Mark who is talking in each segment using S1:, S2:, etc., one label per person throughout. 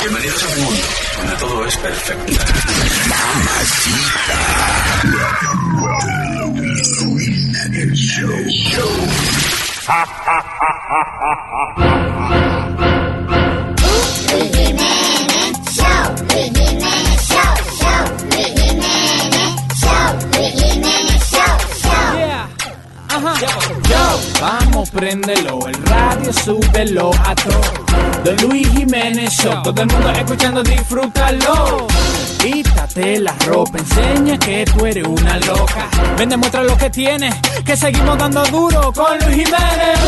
S1: Bienvenidos a un mundo donde todo es perfecto.
S2: Yeah. Ajá. Yo, vamos, préndelo, el radio súbelo a todo. De Luis Jiménez Show, todo el mundo escuchando, disfrútalo. Quítate la ropa, enseña que tú eres una loca. Ven, demuestra lo que tienes, que seguimos dando duro con Luis Jiménez.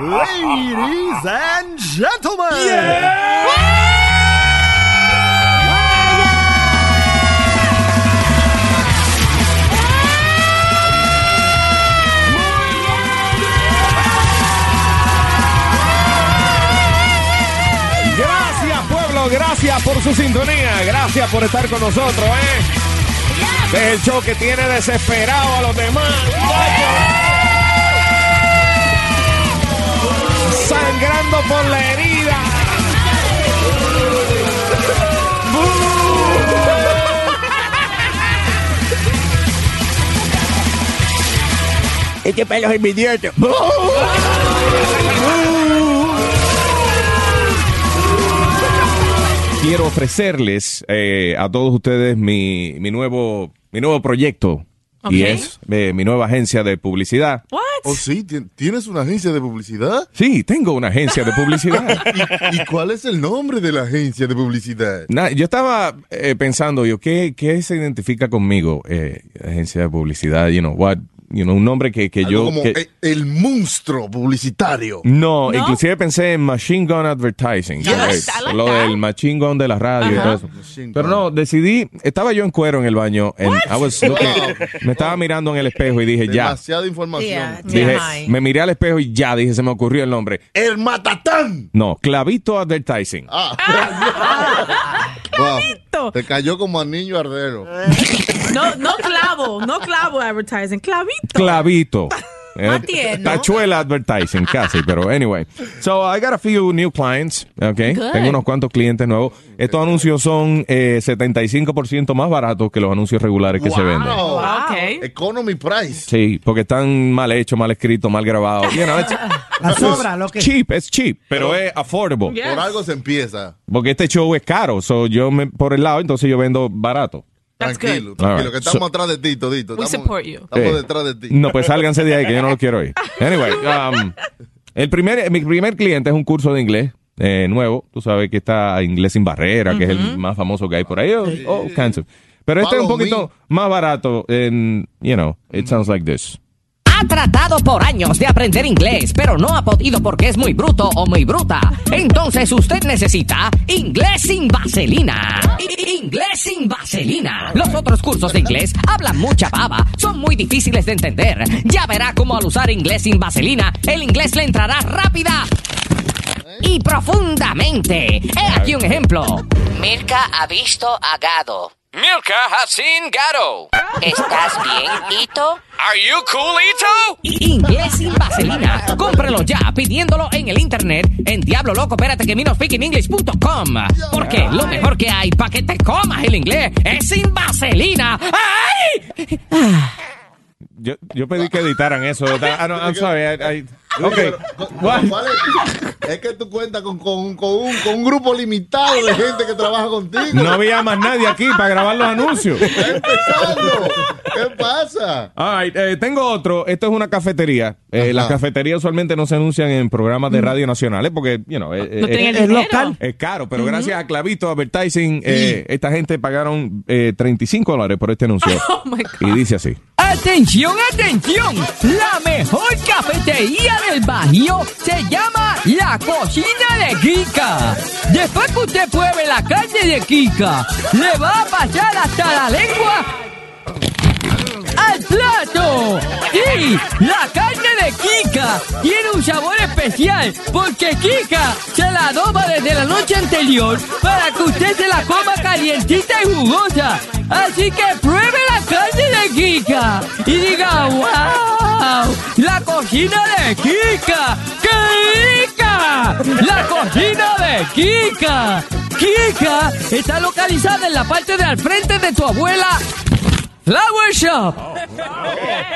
S3: Ladies and gentlemen,
S4: Gracias, pueblo. Gracias por su sintonía. Gracias por estar con nosotros, ¿eh? Este Es el show que tiene desesperado a los demás. muchachos. Sangrando por la herida.
S5: Este pelo es envidioso.
S4: Quiero ofrecerles eh, a todos ustedes mi, mi nuevo, mi nuevo proyecto. Y
S6: Ok.
S4: es eh, mi nueva agencia de publicidad.
S6: What?
S3: ¿O Oh, sí? ¿Tien- ¿Tienes una agencia de publicidad?
S4: Sí, tengo una agencia de publicidad.
S3: ¿Y, y cuál es el nombre de la agencia de publicidad?
S4: Na- yo estaba eh, pensando, yo, ¿qué, ¿qué se identifica conmigo? Eh, agencia de publicidad, you know, what, you know, un nombre que, que
S3: Algo
S4: yo...
S3: como
S4: que- Mm,
S3: e- el monstruo publicitario.
S4: no,
S6: ¿No?
S4: inclusive pensé en Machine Gun Advertising.
S6: Yes.
S4: ¿sabes?
S6: I like that.
S4: Lo del Machine Gun de la radio y
S6: Ajá.
S4: todo eso.
S3: Machine
S4: Pero
S3: Gun.
S4: no, decidí, estaba yo en cuero en el baño. and I was looking- me estaba mirando en el espejo y dije, ya.
S3: Demasiada información.
S6: Yeah.
S4: Dije,
S6: Ay.
S4: me miré al espejo y ya, dije, se me ocurrió el nombre.
S3: El matatán.
S4: No, Clavito Advertising.
S3: Ah.
S6: Ah.
S3: Wow. Te cayó como a niño ardero.
S6: No, no clavo, no clavo advertising, clavito.
S4: clavito. Eh,
S6: Más tierno.
S4: Tachuela advertising, casi, pero anyway. So I got a few new clients, okay.
S6: Good.
S4: Tengo unos cuantos clientes nuevos. Estos anuncios son eh, 75% más baratos que los anuncios regulares que se venden.
S3: Wow.
S6: Ah, ok.
S3: Economy price.
S4: Sí, porque están mal hechos, mal escritos, mal grabados. You know, it's
S5: La sobra, lo que
S4: cheap, es cheap, pero es affordable.
S6: Yeah.
S3: Por algo se empieza.
S4: Porque este show es caro, so yo me, por el lado, entonces yo vendo barato.
S6: That's
S3: Tranquilo,
S6: good.
S4: All
S3: tranquilo,
S4: right.
S3: que estamos
S4: So-
S3: atrás de ti, todito.
S6: We
S3: Estamos,
S6: support you.
S3: Estamos
S4: Eh.
S3: detrás de ti.
S4: No, pues sálganse de ahí, que yo no lo quiero oír. Anyway, um, el primer, mi primer cliente es un curso de inglés eh, nuevo. Tú sabes que está Inglés sin Barrera, que es el más famoso que hay por ahí. Oh, oh, cancer. Pero este es un
S3: Follow
S4: poquito más barato. En, you know, it sounds like this.
S7: Ha tratado por años de aprender inglés, pero no ha podido porque es muy bruto o muy bruta. Entonces usted necesita inglés sin vaselina. I- Inglés sin vaselina. Los otros cursos de inglés hablan mucha baba, son muy difíciles de entender. Ya verá cómo al usar inglés sin vaselina, el inglés le entrará rápida y profundamente. He aquí un ejemplo. Mirka ha visto a Gado.
S8: Milka has seen Gato.
S7: ¿Estás bien, Ito?
S8: Are you cool, Ito?
S7: Inglés sin vaselina. Cómprelo ya pidiéndolo en el internet en diablo loco, espérate que minospikinenglish.com. Porque lo mejor que hay para que te comas el inglés es sin vaselina. ¡Ay!
S4: Yo, yo pedí que editaran eso. Ah, no, I'm sorry. I- I- okay.
S3: Pero, co-
S4: What?
S3: ¿cuál es? es que tú cuentas con, con, con un, con un grupo limitado de gente que trabaja contigo.
S4: No había más nadie aquí para grabar los anuncios.
S3: Está empezando. ¿Qué pasa? nada.
S4: All right, eh, tengo otro. Esto es una cafetería. Eh, las cafeterías usualmente no se anuncian en programas
S3: Mm.
S4: de radio nacionales porque, you know, eh, eh,
S1: tienen el
S4: es
S1: dinero.
S4: local. Es caro, pero gracias a Clavito Advertising, eh, esta gente pagaron eh, 35 dólares por este anuncio.
S1: Oh my
S4: Y dice así.
S5: ¡Atención, atención! La mejor cafetería del barrio se llama La Cocina de Kika. Después que usted pruebe la carne de Kika, le va a pasar hasta la lengua al plato. Y la carne de Kika tiene un sabor especial porque Kika se la adoba desde la noche anterior para que usted se la coma calientita y jugosa. Así que pruebe la carne de Kika y diga, wow, la cocina de Kika, qué rica, la cocina de Kika. Kika está localizada en la parte de al frente de tu abuela Flower Shop.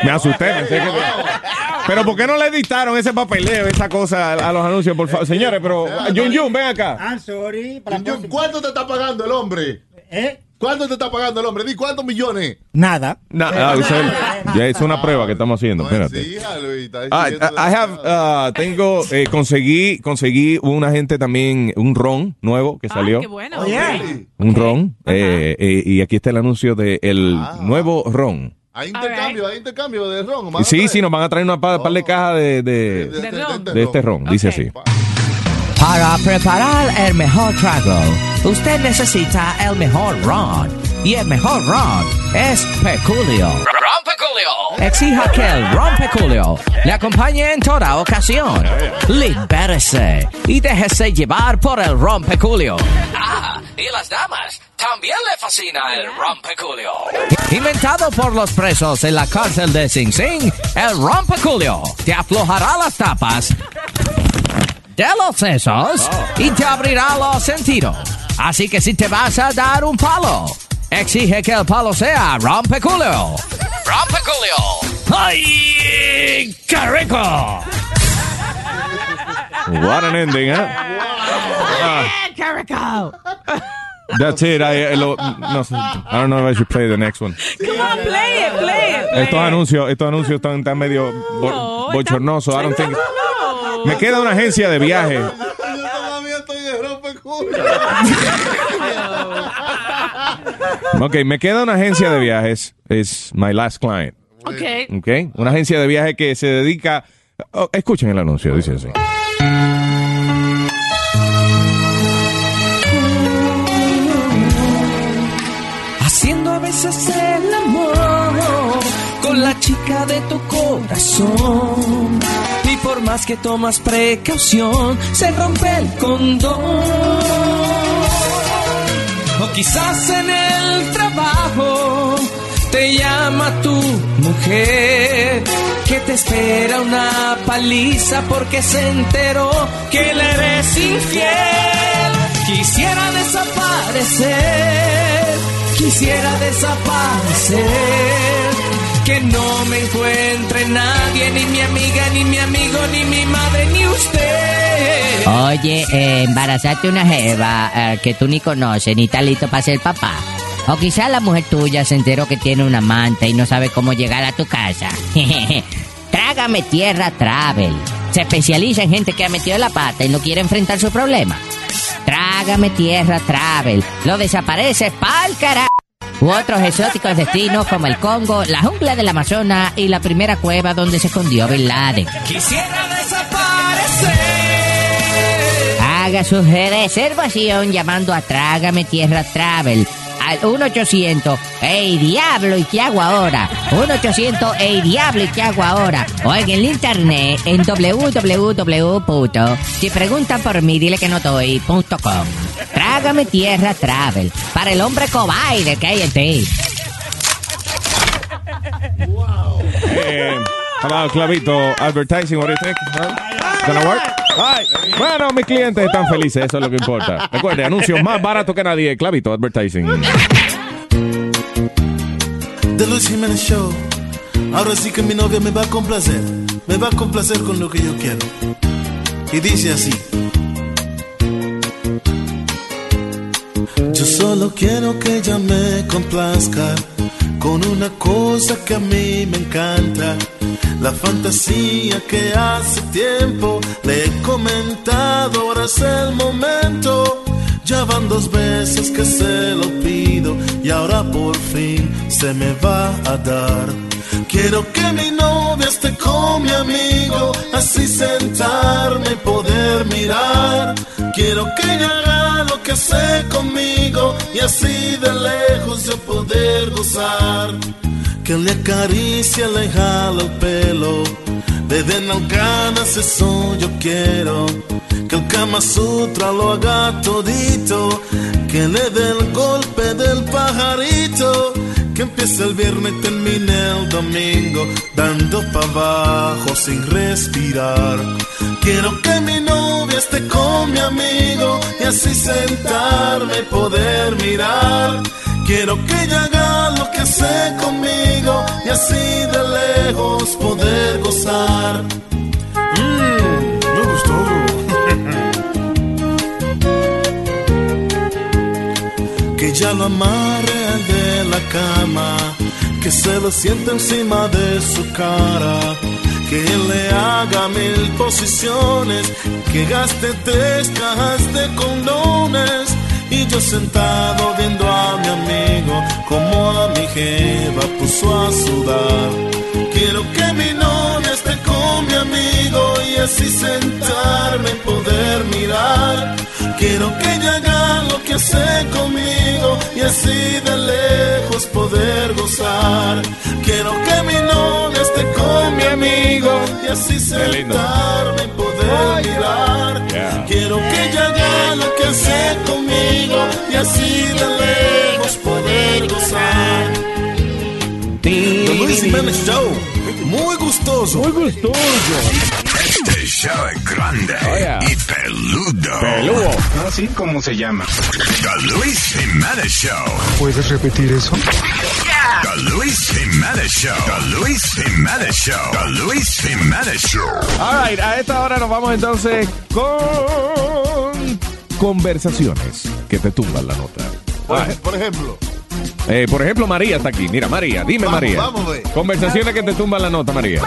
S4: Me asusté. pensé que- Pero ¿por qué no le editaron ese papeleo, esa cosa a, a los anuncios, por favor? Señores, pero
S3: Ah,
S4: ah, Jun Jun, ven acá.
S9: I'm Ah, sorry. Para la
S3: Yo,
S9: próxima.
S3: ¿Cuánto te está pagando el hombre?
S9: ¿Eh?
S3: ¿Cuánto te está pagando el hombre? Di, ¿cuántos millones?
S9: Nada.
S4: Na- ah, Isabel, ya es una prueba que estamos haciendo.
S3: No
S4: Espérate.
S3: exija, Pues Luis, está
S4: Ah, I,
S3: exigiendo
S4: I have,
S3: demasiado.
S4: ah, tengo, eh, conseguí, conseguí un agente también, un ron nuevo que salió.
S1: Ay, Ah, qué bueno.
S3: Really?
S4: Un ron. eh, eh, y aquí está el anuncio del el nuevo ron.
S3: Hay intercambio, hay intercambio de ron.
S4: Y Sí, sí, nos van a traer una pa- par de cajas de, de-
S1: De ron.
S4: de este ron, dice
S1: Ok.
S4: así.
S5: Para preparar el mejor trago, usted necesita el mejor ron. Y el mejor ron es Peculio.
S7: Ron Peculio.
S5: Exija que el ron Peculio le acompañe en toda ocasión. Libérese y déjese llevar por el ron Peculio.
S7: Ah, y las damas también le fascina el Ron Peculio.
S5: Inventado por los presos en la cárcel de Sing Sing, el ron Peculio te aflojará las tapas de los sesos y te abrirá los sentidos. Así que si te vas a dar un palo, exige que el palo sea ron Peculio.
S7: Ron Peculio.
S5: ¡Ay, qué rico!
S4: What an ending, ¿eh? Ah,
S1: Qué rico.
S4: that's it. I, I lo- no sé. I don't know if I should play the next one.
S1: Come on, play it, play it. play
S4: Estos
S1: it.
S4: anuncios, estos anuncios están, están medio bo-
S1: No, está-
S4: bochornosos. I don't think-
S1: No.
S4: Me queda una agencia de viaje.
S3: Yo todavía estoy de ron peculiar.
S4: Ok, me queda una agencia de viajes. Es my last client.
S1: Ok.
S4: ¿ok? Una agencia de viaje que se dedica... oh, escuchen el anuncio, dice así.
S5: Haciendo a veces el amor con la chica de tu corazón. Y por más que tomas precaución, se rompe el condón. O quizás en el trabajo te llama tu mujer que te espera una paliza porque se enteró que le eres infiel. Quisiera desaparecer, quisiera desaparecer. Que no me encuentre nadie, ni mi amiga, ni mi amigo, ni mi madre, ni usted.
S10: Oye, eh, embarazarte una jeva eh, que tú ni conoces ni estás listo para ser papá. O quizá la mujer tuya se enteró que tiene un amante y no sabe cómo llegar a tu casa. Trágame Tierra Travel. Se especializa en gente que ha metido la pata y no quiere enfrentar su problema. Trágame Tierra Travel. Lo desapareces pa'l carajo. U otros exóticos destinos como el Congo, la jungla del Amazonas y la primera cueva donde se escondió Bin Laden.
S5: Quisiera desaparecer.
S10: Haga su reservación llamando a Trágame Tierra Travel al 1-800 ¡Ey Diablo! ¿Y qué hago ahora? 1-800 ¡Ey Diablo! ¿Y qué hago ahora? O en el internet en www. Si preguntan por mí, dile que no doy punto com. Trágame Tierra Travel para el hombre cobay de KT.
S4: Eh, how about Clavito Advertising, what do you think? Huh? Gonna work? Ay, Bueno, mis clientes están felices, eso es lo que importa. Recuerde, anuncios más baratos que nadie, Clavito Advertising.
S11: The Luis Jiménez Show. Ahora sí que mi novia me va a complacer. Me va a complacer con lo que yo quiero. Y dice así. Yo solo quiero que ella me complazca. con una cosa que a mí me encanta. La fantasía que hace tiempo le he comentado, ahora es el momento. Ya van dos veces que se lo pido y ahora por fin se me va a dar. Quiero que mi novia esté con mi amigo, así sentarme y poder mirar. Quiero que ella haga lo que sé conmigo y así de lejos yo poder gozar. Que le acaricia, le jala el pelo, le den alcanas, eso yo quiero. Que el Kama Sutra lo haga todito, que le dé el golpe del pajarito. Que empiece el viernes y termine el domingo, dando pa' abajo sin respirar. Quiero que mi novia esté con mi amigo y así sentarme y poder mirar. Quiero que ella haga lo que sé conmigo y así de lejos poder gozar. Mm, me gustó. que ya lo amarre de la cama, que se lo sienta encima de su cara. Que él le haga mil posiciones, que gaste tres cajas de condones. Y yo sentado viendo a mi amigo, como a mi jeva puso a sudar. Quiero que mi novia esté con mi amigo y así sentarme y poder mirar. Quiero que ella haga lo que hace conmigo y así de lejos poder gozar. Quiero que mi novia esté con mi amigo y así
S4: lindo.
S11: sentarme y poder mirar.
S4: Yeah.
S11: Quiero que ella haga lo que hace conmigo y así de lejos poder gozar. The Luis Jiménez Show. Muy gustoso. Muy gustoso.
S1: Este show es grande
S4: Oh,
S1: y peludo.
S12: Peludo.
S1: Así como se llama. The Luis Jiménez Show.
S12: ¿Puedes repetir eso?
S1: The Luis Jiménez Show. The Luis Jiménez Show. The Luis Jiménez Show.
S4: All right, a esta hora nos vamos entonces con conversaciones que te tumban la nota.
S3: Por,
S4: All right.
S3: ej- por ejemplo,
S4: Eh, por ejemplo, María está aquí. Mira, María, dime
S3: Vamos,
S4: María.
S3: vamos, ve.
S4: Conversaciones que te tumban la nota, María.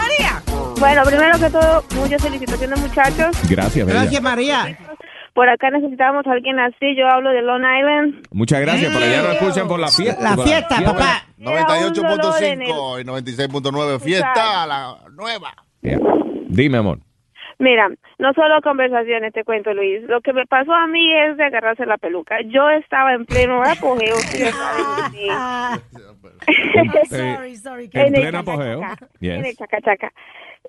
S13: Bueno, primero que todo, muchas felicitaciones, muchachos.
S4: Gracias, Bella.
S13: María. Por acá necesitamos a alguien así. Yo hablo de Long Island.
S4: Muchas gracias, por allá nos escuchan por la fiesta.
S13: La
S4: Por
S13: fiesta, papá. Era un dolor en
S3: 98.5 y 96.9 fiesta. la-
S4: Yeah. Dime, amor.
S13: Mira, no solo conversaciones, te cuento, Luis. Lo que me pasó a mí es de agarrarse la peluca. Yo estaba en pleno apogeo. ustedes saben, sí.
S4: Eh,
S13: En
S4: En
S13: el
S4: pleno apogeo.
S13: chacachaca,
S4: Yes.
S13: en el chacachaca.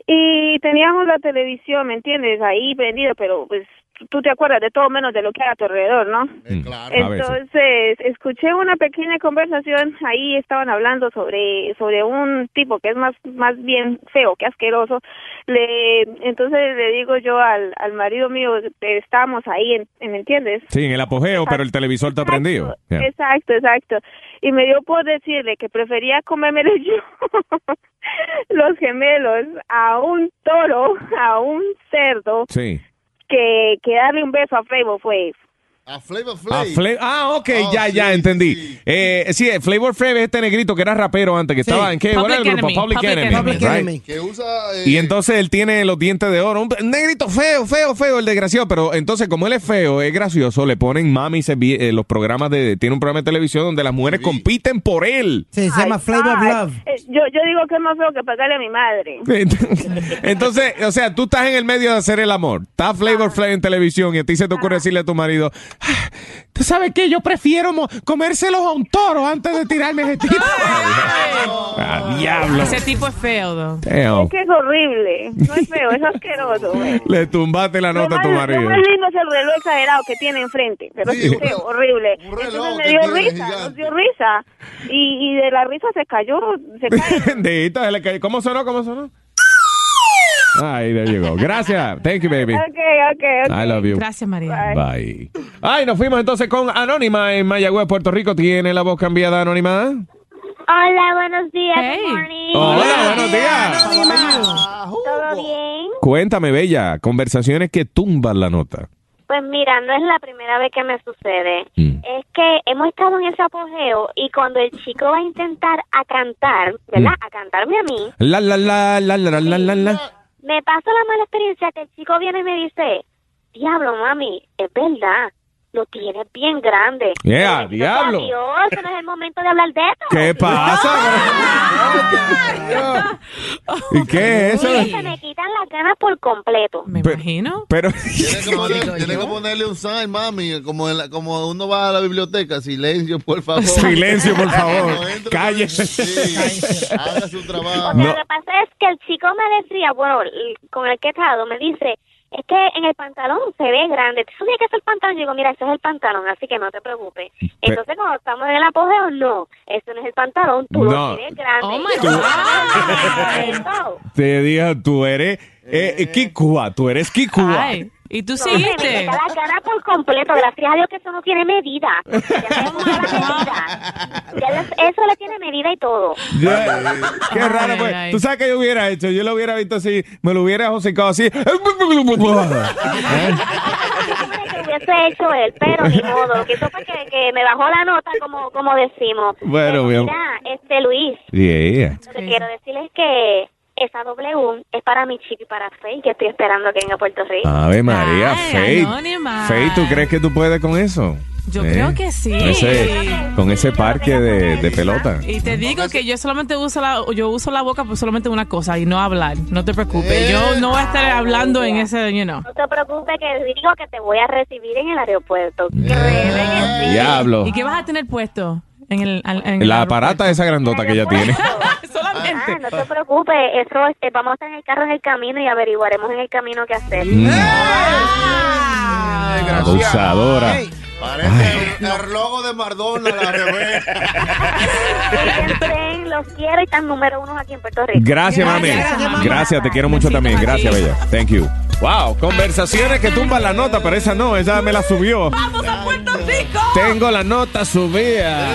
S13: Y teníamos la televisión, ¿me entiendes? Ahí prendida, pero pues tú te acuerdas de todo menos de lo que hay a tu alrededor, ¿no?
S4: Mm,
S14: A veces.
S13: Entonces, escuché una pequeña conversación, ahí estaban hablando sobre sobre un tipo que es más más bien feo que asqueroso. Le entonces le digo yo al, al marido mío, estábamos ahí, en- en- ¿me entiendes?
S4: Sí, en el apogeo, pero el televisor está prendido. Yeah.
S13: Exacto, exacto. Y me dio por decirle que prefería comérmelo yo, los gemelos, a un toro, a un cerdo,
S4: Sí.
S13: que, que darle un beso a Flavor Flav.
S3: A Flavor
S4: Ah,
S3: Flav.
S4: Fla- ah, ok, ya, ya, entendí. Sí, eh, sí eh, Flavor Flav es este negrito que era rapero antes, que
S3: Sí.
S4: estaba en qué? ¿Cuál era el
S3: Public
S4: grupo?
S3: Enemy,
S4: Public,
S3: Public
S4: Enemy.
S3: Enemy.
S4: right?
S3: Que usa eh,
S4: Y entonces él tiene los dientes de oro. Un pe- negrito feo, feo, feo, el desgraciado. Pero entonces, como él es feo, es gracioso, le ponen mami se vi- eh, los programas de. Tiene un programa de televisión donde las mujeres compiten por él.
S15: Sí, se llama Flavor of
S13: Ay,
S15: Love.
S13: eh, Yo, yo digo que es más feo que pagarle a mi madre.
S4: Entonces, o sea, tú estás en el medio de hacer el amor. Está Flavor Flav en televisión y a ti se te ocurre decirle a tu marido, "Ah, ¿tú sabes qué? Yo prefiero mo- comérselos a un toro antes de tirarme ese tipo. Ah, diablo.
S6: Ese tipo es feo, though.
S4: Damn.
S13: Es que es horrible, no es feo, es asqueroso. güey.
S4: Le tumbaste la nota a tu
S13: Lo más-
S4: marido.
S13: Lo más lindo es el reloj exagerado que tiene enfrente, pero es
S4: Sí.
S13: feo, horrible. Entonces me
S4: que
S13: dio
S4: tiene
S13: risa, nos dio risa. Y, y de la risa se cayó, se cae.
S4: Bendito, se le cayó. ¿Cómo sonó? ¿Cómo sonó? Ahí le llegó. Gracias. Thank you, baby.
S13: Ok, ok, ok.
S4: I love you.
S6: Gracias, María.
S4: Bye. Ay, nos fuimos entonces con Anónima en Mayagüez, Puerto Rico. ¿Tiene la voz cambiada, Anónima?
S16: Hola, buenos días. Good morning.
S4: Hola, buenos días.
S16: ¿Todo bien?
S4: Cuéntame, Bella. Conversaciones que tumban la nota.
S16: Pues mira, no es la primera vez que me sucede.
S4: Mm.
S16: Es que hemos estado en ese apogeo y cuando el chico va a intentar a cantar, ¿verdad?
S4: Mm.
S16: A cantarme a mí,
S4: La, la, la, la, la, la, la, la.
S16: me pasa la mala experiencia que el chico viene y me dice, diablo, mami, es verdad, lo tienes bien grande.
S4: Yeah, diablo.
S16: Adiós, no es el momento de hablar de eso.
S4: ¿Qué pasa? ¿Y qué es eso?
S16: Mira, se me quitan las ganas por completo.
S4: Pe- Pero,
S3: Tienes que, poner- tienes que ponerle un sign, mami, como, en la- como uno va a la biblioteca. Silencio, por favor.
S4: silencio, por favor.
S3: No entre-
S4: Calle.
S3: Haga su trabajo.
S16: O sea, lo que pasa es que el chico me decía, bueno, l- con el que he estado, me dice, es que en el pantalón se ve grande. ¿Tú sabías que es el pantalón? Yo digo, mira, ese es el pantalón, así que no te preocupes. Entonces, cuando estamos en el apogeo, no, eso no es el pantalón, tú
S4: No.
S16: lo tienes grande. Oh, my
S4: Te dije, tú eres eh, eh, Kikua, tú eres Kikua.
S16: Ay,
S6: ¿Y tú
S16: Se me quita la cara por completo, gracias a Dios que eso no tiene medida. Ya, tengo la medida. Ya les- eso le tiene medida y todo.
S4: Ya, eh, qué raro, pues. Tú sabes que yo hubiera hecho, yo lo hubiera visto así, me lo hubiera josecado así. ¿Eh?
S16: que hubiese hecho él, pero ni modo. Lo que hizo fue que, que me bajó la nota, como, como decimos.
S4: Bueno, mi amor.
S16: Mira, este Luis,
S4: Yeah.
S16: lo que quiero decirles es que esa W es para mi chico y para Faye, que estoy esperando que venga a Puerto Rico.
S4: Ave María, Faye.
S6: anónima.
S4: Faye, ¿tú crees que tú puedes con eso? Eh,
S6: Yo creo que sí.
S4: Con ese, con ese parque de, de pelota.
S6: Y te digo que yo solamente uso la, yo uso la boca por solamente una cosa y no hablar. No te preocupes. Yo no voy a estar hablando en ese, you know.
S16: No te preocupes, que digo que te voy a recibir en el aeropuerto.
S4: Diablo.
S6: ¿Y qué vas a tener puesto? En el, al- en el
S4: La aparata esa grandota que ella tiene.
S16: Solamente. Ah, no te preocupes, eso este, vamos a estar en el carro en el camino y averiguaremos en el camino qué hacer.
S4: Mm.
S3: ¡Eh!
S4: Abusadora.
S3: Parece el, el logo de Mardona, la revés.
S16: Siempre los quiero y están número uno aquí en Puerto Rico.
S4: Gracias, mami. Gracias, te quiero mucho también. Gracias, bella. Thank you. Wow, conversaciones que tumban la nota, pero esa no, esa me la subió.
S6: ¡Vamos a Puerto Rico!
S4: Tengo la nota subida.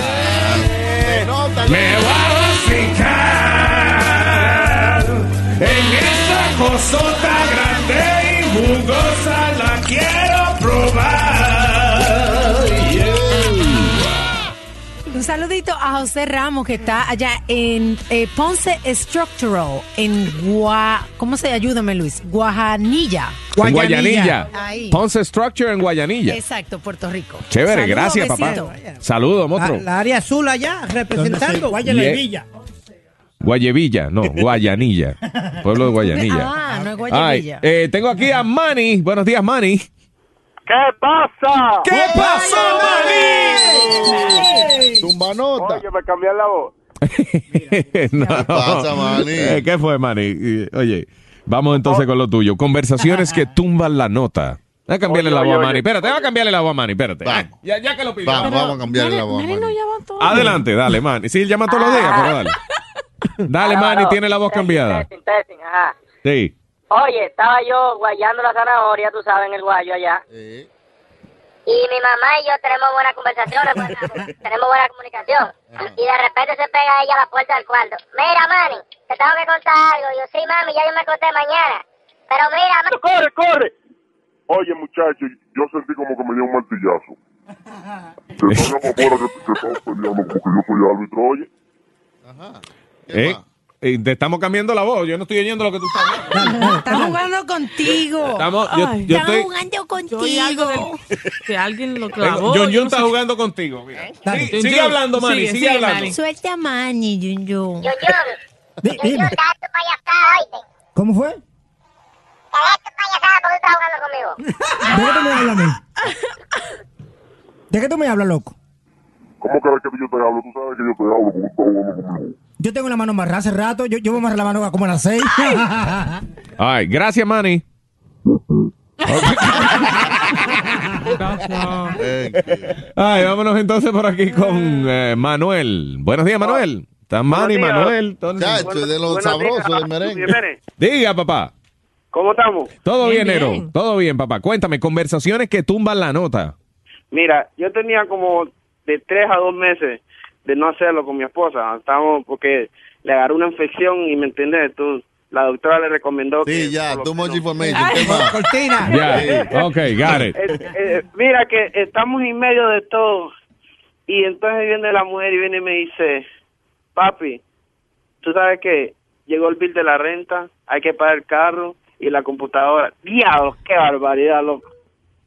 S1: Me voy a fijar en esa cosota grande y jugosa, la quiero probar.
S12: Un saludito a José Ramos que está allá en eh, Ponce Structural, en Gua... ¿Cómo se ayúdame Luis? Guajanilla.
S4: En Guayanilla.
S12: Ahí.
S4: Ponce Structure en Guayanilla.
S12: Exacto, Puerto Rico.
S4: Chévere,
S12: Saludos,
S4: gracias,
S12: besito.
S4: papá. Saludos,
S15: La,
S4: motro.
S15: la área azul allá, representando
S4: Yeah. Guayevilla, no, Guayanilla. Pueblo de Guayanilla.
S15: Ah, no es
S4: Ay, eh, tengo aquí a Manny. Buenos días, Manny.
S14: ¿Qué pasa?
S4: ¿Qué pasó,
S14: Mani?
S3: Tumba nota.
S14: Oye, me cambié la voz.
S4: No. ¿Qué
S3: pasa, Manny?
S4: ¿Qué fue, Manny? Eh, Oye, vamos entonces con lo tuyo. Conversaciones que tumban la nota. Voy a cambiarle
S14: Oye,
S4: la voz a
S14: oye, oye.
S4: Manny. Espérate, voy a cambiarle la voz a Manny. Espérate. Ya, ya que lo pidió.
S3: Vamos, vamos a cambiarle la voz. Manny.
S4: Adelante, dale, Manny. Sí, él llama todos los días, pero dale. Dale,
S17: No,
S4: Manny,
S17: no.
S4: tiene la voz cambiada.
S17: Testing, testing, ajá.
S4: Sí.
S17: Oye, estaba yo guayando la zanahoria, tú sabes, en el guayo allá.
S16: Y mi mamá y yo tenemos buenas conversaciones, buena- tenemos buena comunicación. Y de repente se pega ella a la puerta del cuarto. Mira, mami, te tengo que contar algo. Y Yo, sí, mami, ya yo me conté mañana. Pero mira, mami...
S14: ¡Corre, corre! Oye, muchacho, yo sentí como que me dio un martillazo. Te salga para afuera que, que estamos peleando porque yo soy árbitro, oye.
S4: Eh, eh, te estamos cambiando la voz. Yo no estoy oyendo lo que tú estás
S12: Estamos jugando contigo.
S4: Estamos- yo-
S12: Ay.
S4: yo
S12: Estamos
S4: estoy-
S12: jugando
S6: Yo oí algo
S12: contigo.
S6: de- que alguien lo
S4: hablando.
S6: clavó.
S4: John
S6: yo
S4: John
S6: no
S4: está
S6: sé-
S4: jugando contigo. mira. Sí,
S6: John
S4: sigue
S6: John,
S4: hablando, Manny. Sigue, hablando.
S12: Suelta a Manny, Junjun.
S15: Di- dime, ¿Cómo fue? ¿De qué tú me hablas a mí? ¿De qué tú me hablas, loco?
S14: ¿Cómo crees que yo te hablo? Tú sabes que yo te hablo porque tú estás hablando conmigo.
S15: Yo tengo la mano amarrada hace rato, yo, yo voy a amarrar la mano como a las seis.
S4: Ay, gracias, Manny. Ay, vámonos entonces por aquí con eh, Manuel. Buenos días, Manuel. Está Manny,
S3: días.
S4: Manuel. entonces-
S3: Chacho, de los
S14: Buenos días.
S3: sabrosos de merengue.
S4: Diga, papá.
S14: ¿Cómo estamos?
S4: Todo bien,
S14: Bien,
S4: Nero.
S14: bien.
S4: Todo bien, papá. Cuéntame, conversaciones que tumban la nota.
S14: Mira, yo tenía como de tres a dos meses de no hacerlo con mi esposa. Estábamos porque le agarró una infección y me entiendes, tú
S18: la doctora le recomendó que...
S3: Sí, ya, too much information. ¿Qué más?
S18: Cortina.
S4: Ya, ok, got it.
S18: Eh, mira que estamos en medio de todo y entonces viene la mujer y viene y me dice, papi, tú sabes que llegó el bill de la renta, hay que pagar el carro y la computadora. Diablos, qué barbaridad, loco.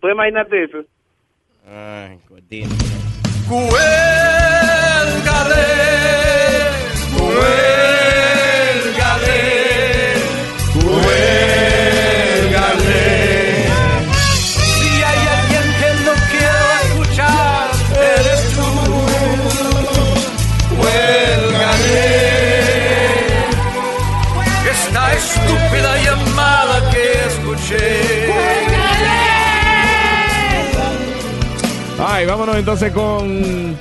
S18: ¿Tú imagínate eso?
S19: Ay, coño.
S5: Cuélgale, cuélgale, cuélgale. Si hay alguien que no quiero escuchar, eres tú. Cuélgale. Esta estúpida llamada que escuché.
S4: Ay, vámonos entonces con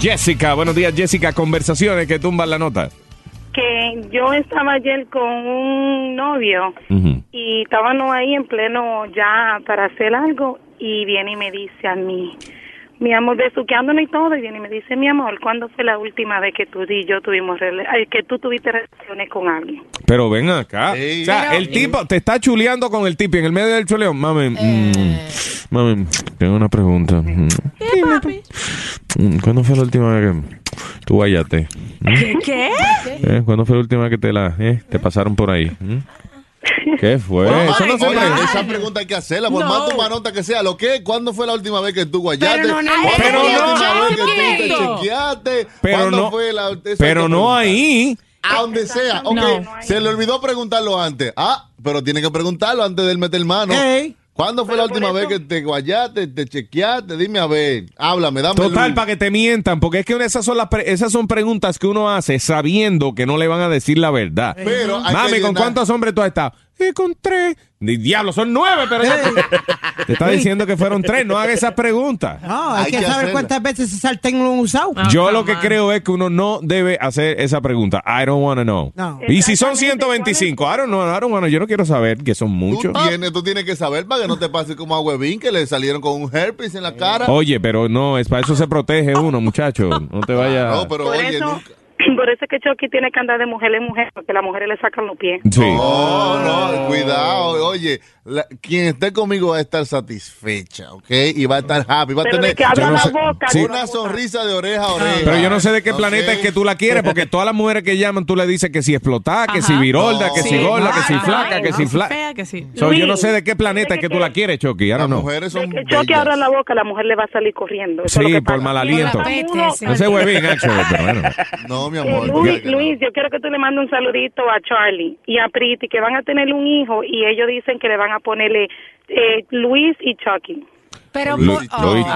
S4: Jessica. Buenos días, Jessica. Conversaciones que tumban la nota.
S20: que yo estaba ayer con un novio y estábamos ahí en pleno ya para hacer algo y viene y me dice a mí, mi amor, besuqueándonos y todo, y viene y me dice, mi amor, ¿cuándo fue la última vez que tú y yo tuvimos rela- ay, que tú tuviste relaciones con alguien?
S4: Pero ven acá. O sea,
S20: Pero-
S4: el tipo te está chuleando con el tipo y en el medio del chuleón. Mami, mm, mami, tengo una pregunta. Mm, mm, ¿Cuándo fue la última vez que tú vayaste?
S21: ¿Qué? ¿Qué?
S4: ¿Eh? ¿Cuándo fue la última vez que te la eh, te pasaron por ahí? ¿Mm? ¿Qué fue?
S3: Oye,
S4: Eso no se
S3: oye,
S4: pregunta.
S3: esa pregunta hay que hacerla, por
S4: No.
S3: más tu manota que sea. ¿Lo que? ¿Cuándo fue la última vez que tú guayaste?
S5: Pero no, no,
S3: ¿Cuándo
S5: pero
S3: fue la
S5: no,
S3: última vez que tú te
S5: Alfredo.
S3: chequeaste?
S4: Pero
S3: ¿Cuándo
S4: no-
S3: fue la eso hay
S4: pero
S3: que
S4: no
S3: preguntar.
S4: ahí.
S3: A donde sea. Ok, se le olvidó preguntarlo antes. Ah, pero tiene que preguntarlo antes de él meter mano. ¿Cuándo fue la última vez que te guayaste, te chequeaste? Dime a ver, háblame, dame
S4: Total,
S3: luz.
S4: para que te mientan, porque es que esas son, las pre- esas son preguntas que uno hace sabiendo que no le van a decir la verdad.
S5: Pero hay que
S4: Mami, ¿con
S5: llenar-
S4: cuántos hombres tú has estado? Y con tres. Ni diablo, son nueve, pero... Te está diciendo que fueron tres, no haga esas preguntas.
S22: No, hay, que, saber cuántas veces ese sartén lo han usado.
S5: Ah,
S4: Ah, Yo lo que creo es que uno no debe hacer esa pregunta. I don't want to know.
S22: No.
S4: Y si son 125, I don't know, I don't wanna- yo no quiero saber que son
S3: Tú
S4: muchos.
S3: tienes, tú tienes que saber para que no te pase como a Huevín que le salieron con un herpes en
S5: Eh.
S3: la cara.
S4: Oye, pero no, es para eso se protege uno, muchacho. No te vaya.
S3: No, pero
S20: por,
S3: oye,
S20: eso, por eso es que Chucky tiene que andar de mujer en mujer, porque las mujeres le sacan los pies.
S4: Sí.
S3: No,
S4: Oh.
S3: no, cuidado. Oye, la- quien esté conmigo va a estar satisfecha, ¿ok? Y va a estar happy. Va a
S20: Pero de
S3: tener
S20: que abra Yo no la sé-
S4: boca, sí.
S3: una sonrisa de oreja a oreja.
S4: Pero yo no sé de qué
S3: Ok.
S4: planeta es que tú la quieres, porque todas las mujeres que llaman, tú le dices que si explotada, que si virolda, que si
S21: Sí.
S4: gorda, que si
S21: Ajá,
S4: flaca, que
S21: no,
S4: si flaca.
S21: fea, que sí.
S4: So, yo no
S20: Luis,
S4: sé de qué planeta es que tú la quieres, Chucky. I don't know.
S20: De que Chucky abra la boca, la mujer le va a salir corriendo. Eso es lo
S4: Sí,
S20: que
S4: por
S20: pasa.
S4: mal aliento.
S20: Uno-
S4: Ese huevín, actually, pero bueno.
S3: No, mi
S20: Eh, Luis, Luis, yo quiero que tú le mandes un saludito a Charlie y a Priti, que van a tener un hijo y ellos dicen que le van a ponerle eh, Luis y Chucky.
S23: Pero
S4: Lu- por- Luis-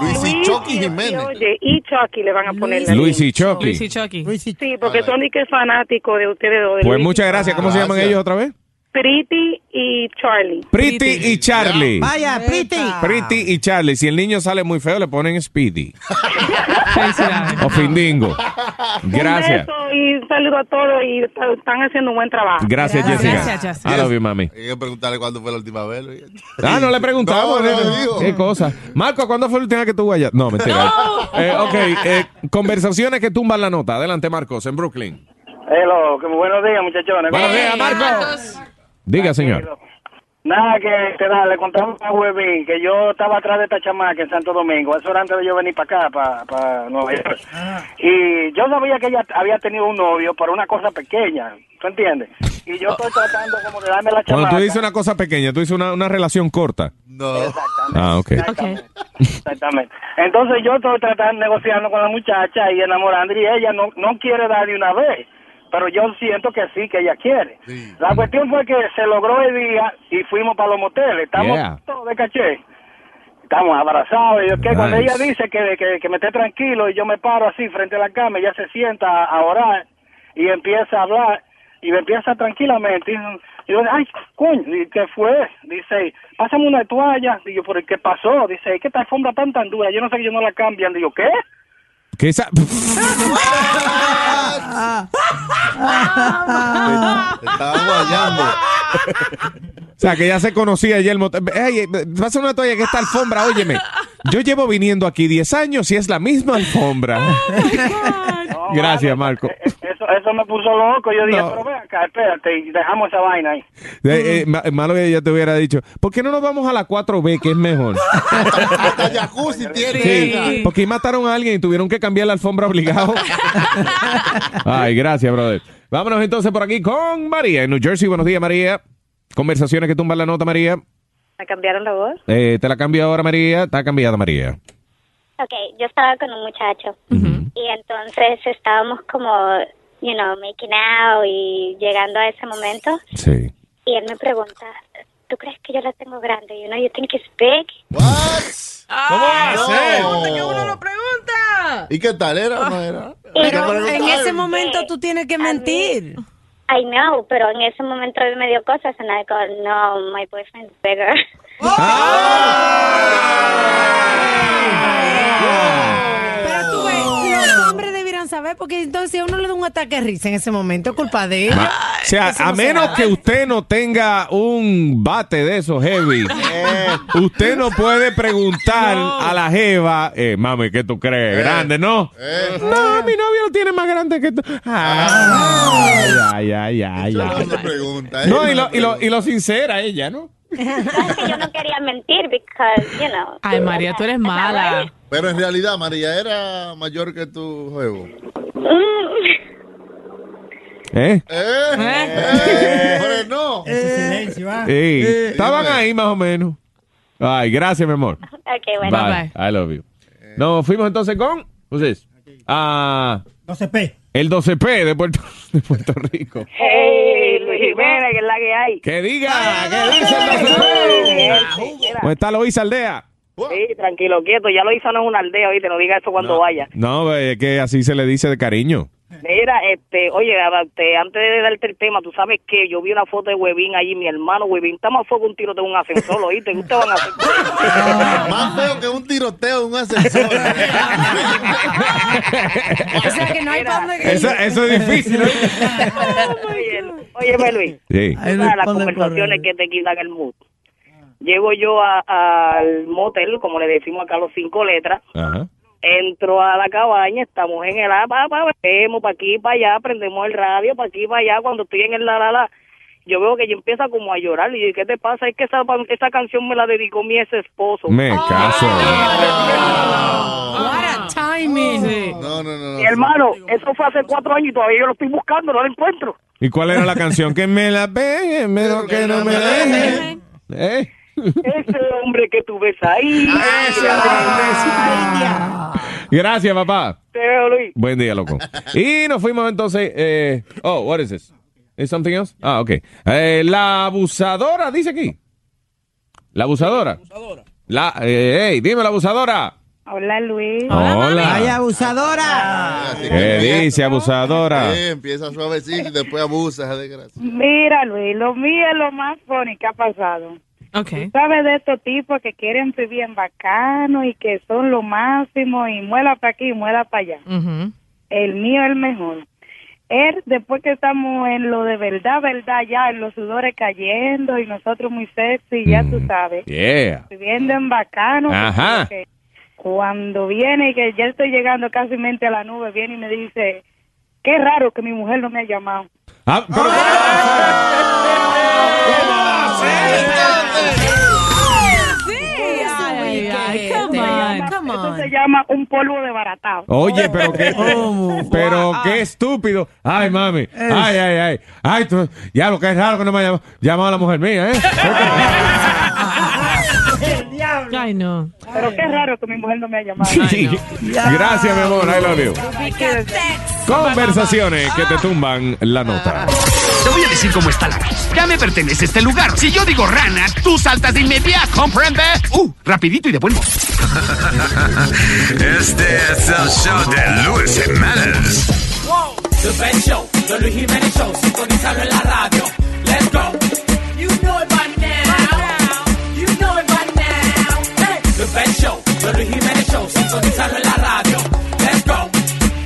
S3: Luis y Chucky
S20: Y,
S3: Jiménez.
S20: oye, y Chucky le van a poner
S4: Luis y Chucky. Luis y
S21: Chucky.
S20: Sí, porque son ni que fanáticos de ustedes dos. de
S4: Pues
S20: Luis y
S4: muchas gracias. ¿Cómo se llaman ellos otra vez?
S20: Priti y Charlie.
S4: Pretty y Charlie.
S22: Vaya, Priti.
S4: Pretty y Charlie. Si el niño sale muy feo, le ponen Speedy. o Findingo. Gracias.
S20: Un beso y un saludo a todos y está- están haciendo un buen trabajo.
S4: Gracias, Jessica. I love you, mami.
S3: Hay que preguntarle cuándo fue la última vez. Luis.
S4: Ah, no le preguntamos.
S3: No, no,
S4: nene.
S3: digo.
S4: Qué cosa. Marco, ¿cuándo fue la última que tú allá? No, mentira. Eh, ok, eh, conversaciones que tumban la nota. Adelante, Marcos, en Brooklyn.
S18: Hello, que buenos días, muchachones.
S4: Buenos días, Marcos. Diga, señor.
S18: Nada, que te da, le contamos a Huevín que yo estaba atrás de esta chamaca en Santo Domingo. Eso era antes de yo venir para acá, para, para Nueva York.
S4: Ah.
S18: Y yo sabía que ella había tenido un novio por una cosa pequeña, ¿tú entiendes? Y yo estoy tratando como de darme la
S4: Cuando
S18: chamaca.
S4: tú dices una cosa pequeña, tú dices una, una relación corta.
S3: No.
S18: Exactamente.
S4: Ah, ok.
S18: Exactamente. Exactamente. Entonces yo estoy tratando de negociando con la muchacha y enamorando y ella no, no quiere dar de una vez, pero yo siento que sí, que ella quiere. La cuestión fue que se logró el día y fuimos para los moteles, estamos
S5: Yeah.
S18: todos de caché. Estamos abrazados. Y yo, ¿qué? Cuando
S5: Nice.
S18: ella dice que, que, que me esté tranquilo y yo me paro así frente a la cama, ella se sienta a- a orar y empieza a hablar y me empieza tranquilamente. Y yo, ay, coño, ¿y ¿qué fue? Dice, pásame una toalla. Digo, ¿por qué pasó? Dice, ¿qué esta alfombra tan tan dura? Yo no sé que yo no la cambian. Digo, ¿qué?
S4: Que esa-
S20: Ah,
S3: Estaba guayando.
S4: O sea, que ya se conocía ayer el motel. Ey, eh, pasa una toalla que esta alfombra, óyeme. Yo llevo viniendo aquí 10 años y es la misma alfombra. Gracias, Marco.
S18: Eso eso, eso me puso loco. Yo dije,
S4: No.
S18: pero ve acá, espérate, y dejamos esa vaina ahí.
S4: Eh, eh, ma- malo que ella te hubiera dicho, ¿por qué no nos vamos a la 4B, que es mejor?
S3: Hasta jacuzzi tiene
S4: Sí,
S3: ella.
S4: porque ahí mataron a alguien y tuvieron que cambiar la alfombra obligado. Ay, gracias, brother. Vámonos entonces por aquí con María en New Jersey. Buenos días, María. Conversaciones que tumban la nota, María.
S24: ¿Me cambiaron la voz?
S4: Eh, te la cambio ahora, María. Está cambiada, María.
S16: Ok, yo estaba con un muchacho y entonces estábamos como, you know, making out y llegando a ese momento
S4: Sí.
S16: y él me pregunta, ¿tú crees que yo la tengo grande? You know, you think it's big?
S3: ¿Cómo va a ser?
S12: pregunta.
S3: ¿Y qué tal era o no era?
S12: Pero en ese
S16: preguntaron.
S12: momento tú tienes que mentir.
S16: I know, pero en ese momento él me dio cosas and I go, no, my boyfriend's bigger.
S12: Pero tú ves, los hombres debieran saber, porque entonces si a uno le da un ataque de risa en ese momento, es culpa de ella.
S4: O sea,
S12: Eso no
S4: a
S12: se
S4: menos
S12: vale.
S4: que usted no tenga un bate de esos heavy, Eh. usted no puede preguntar a la jeva, eh, mami, ¿qué tú crees? Grande, ¿no? Eh. No, mi novio lo tiene más grande que tú. Ah. Ay, ay, ay, ay, ay. No, y lo, y lo- y lo sincera eh. ella, ¿no?
S16: Es que yo no quería mentir because, you know.
S3: eres
S16: mala.
S3: Pero en realidad, María era mayor que tu juego.
S4: ¿Eh?
S3: Pero no.
S1: Eh,
S4: Sí. Estaban ahí más o menos. Ay, gracias, mi amor.
S16: Ok,
S4: Bye. I love you. Nos fuimos entonces con. Who's this? Ah,
S15: 12P.
S4: el 12P de Puerto, de Puerto Rico.
S25: Hey, Luis Jiménez, que es la que hay.
S4: ¡Que diga! ¡Que dice el 12P! ¿Cómo está Loisa Aldea?
S25: Sí, tranquilo, quieto. Ya lo hizo no es una aldea, oíste, no diga eso cuando vaya.
S4: No, es que así se le dice de cariño.
S25: Mira, este, oye, este, antes de darte el tema, tú sabes que yo vi una foto de Huevín allí, mi hermano Huevín, está más fuego un tiro de un ascensor, oíste, ¿qué ustedes van a hacer?
S3: Más feo que un tiroteo en un ascensor.
S25: O sea, que no hay para dónde
S4: Eso, eso es difícil. ¿no?
S25: Óyeme, Luis.
S4: Sí.
S25: Una de las conversaciones que te quitan el mood. Llego yo a- al motel, como le decimos acá los cinco letras,
S4: Ajá.
S25: entro a la cabaña, estamos en el A, pa, pa, vemos para aquí, para allá, prendemos el radio, para aquí, para allá, cuando estoy en el la, la, la, yo veo que ella empieza como a llorar, y yo, ¿qué te pasa? Es que esa, pan- esa canción me la dedicó mi ex esposo.
S4: Me caso.
S25: What timing.
S3: No, no, no.
S25: Mi hermano, eso fue hace cuatro años y todavía yo lo estoy buscando, no lo encuentro.
S4: ¿Y cuál era la canción? Que me la peguen, pero que no me dejen. ¿Eh?
S25: Ese hombre que tú ves ahí.
S4: Ah, Gracias, papá.
S25: Te veo, Luis.
S4: Buen día, loco. Y nos fuimos entonces. eh, oh, what is this? Is something else? Ah, ok. Eh, la abusadora, dice aquí. La abusadora. La, eh, hey, dime la abusadora.
S26: Hola Luis.
S4: Hola.
S27: Ay, abusadora.
S4: ¿Qué dice abusadora?
S3: Sí, empieza suavecito y después abusa, esa desgracia.
S26: Mira Luis, lo mío es lo más funny que ha pasado. Tú sabes de estos tipos que quieren ser bien bacano y que son lo máximo y muela para aquí y muela para allá. El mío es el mejor. Él, después que estamos en lo de verdad, verdad, ya en los sudores cayendo y nosotros muy sexy, ya
S27: Mm,
S26: tú sabes.
S4: Yeah.
S26: Viviendo en bacano.
S4: Ajá.
S26: porque Cuando viene y que ya estoy llegando casi mente a la nube, viene y me dice, qué raro que mi mujer no me ha llamado.
S4: Ah, pero-
S26: Ay,
S6: ay, come on, come
S26: Eso se llama un polvo de baratado.
S4: Oye, pero qué, pero qué estúpido. Ay, mami. Ay, ay, ay. Ay, tú- ya lo que es raro que no me haya llamado la mujer mía, ¿eh?
S26: Ay, no. Pero qué raro que mi mujer no me ha llamado.
S4: Gracias, mi amor. I love you. Conversaciones que te tumban la nota.
S28: Te voy a decir cómo está la cosa. Ya me pertenece este lugar. Si yo digo rana, tú saltas de inmediato, ¿comprende? Uh, rapidito y de buen modo.
S1: Este es el show de Luis Jiménez.
S2: Super Show, Don Luis Jiménez Show, sintonizarlo en la radio. Let's go. You know it by now. You know it by now. Hey. Super Show, Don Luis Jiménez Show, sintonizarlo en la radio. Let's go.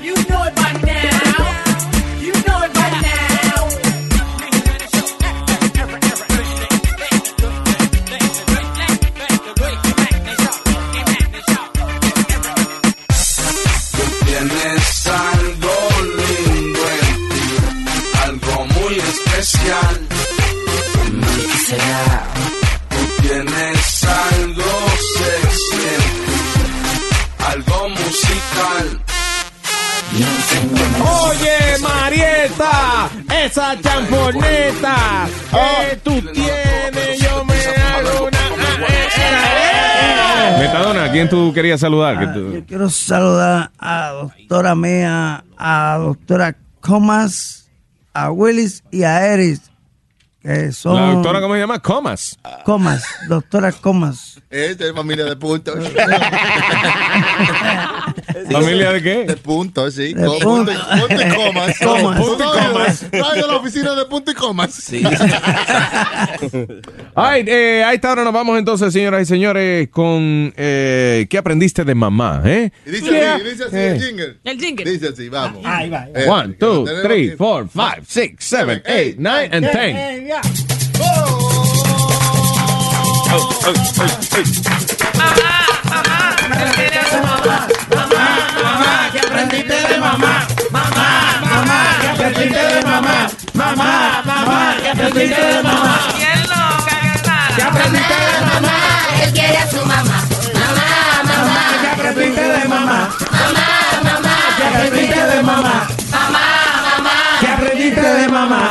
S2: You know it by now. You know it by now.
S29: Tienes algo lindo en
S30: muy especial. ¿Qué será? Tú tienes algo sexy, algo musical.
S2: Oye, Marieta, esa champoneta que tú tienes, yo me hago una. ah, eh,
S4: Metadona, ¿quién tú querías saludar? Que
S28: Ah,
S4: tú-
S5: Quiero saludar a doctora Mea, a doctora Comas, a Willis y a Eris, que son...
S4: La doctora, ¿cómo se llama? Comas.
S5: Comas, doctora Comas.
S3: Esta Ah, este es familia de puntos.
S4: ¿Familia de qué?
S3: De puntos, sí.
S5: De
S3: Co-
S5: punto.
S3: punto y- punto y comas.
S5: Comas.
S3: Punto y comas. Estoy en la oficina de punto y comas.
S4: All right, eh, a esta hora nos vamos entonces, señoras y señores, con eh, ¿qué aprendiste de mamá? Eh?
S3: Y dice
S4: Yeah.
S3: así, dice así
S4: Eh.
S3: el jingle.
S6: El jingle.
S3: Dice así, vamos.
S15: Ahí va.
S3: Eh,
S4: One,
S3: que
S4: two,
S3: tenemos
S4: three,
S3: que-
S4: four, five, six, seven, eight, nine, and ten.
S21: Él quiere a su mamá. Mamá, mamá. Ya aprendiste de mamá. Mamá, mamá. Ya aprendiste de mamá. Mamá, mamá. Ya aprendiste de mamá.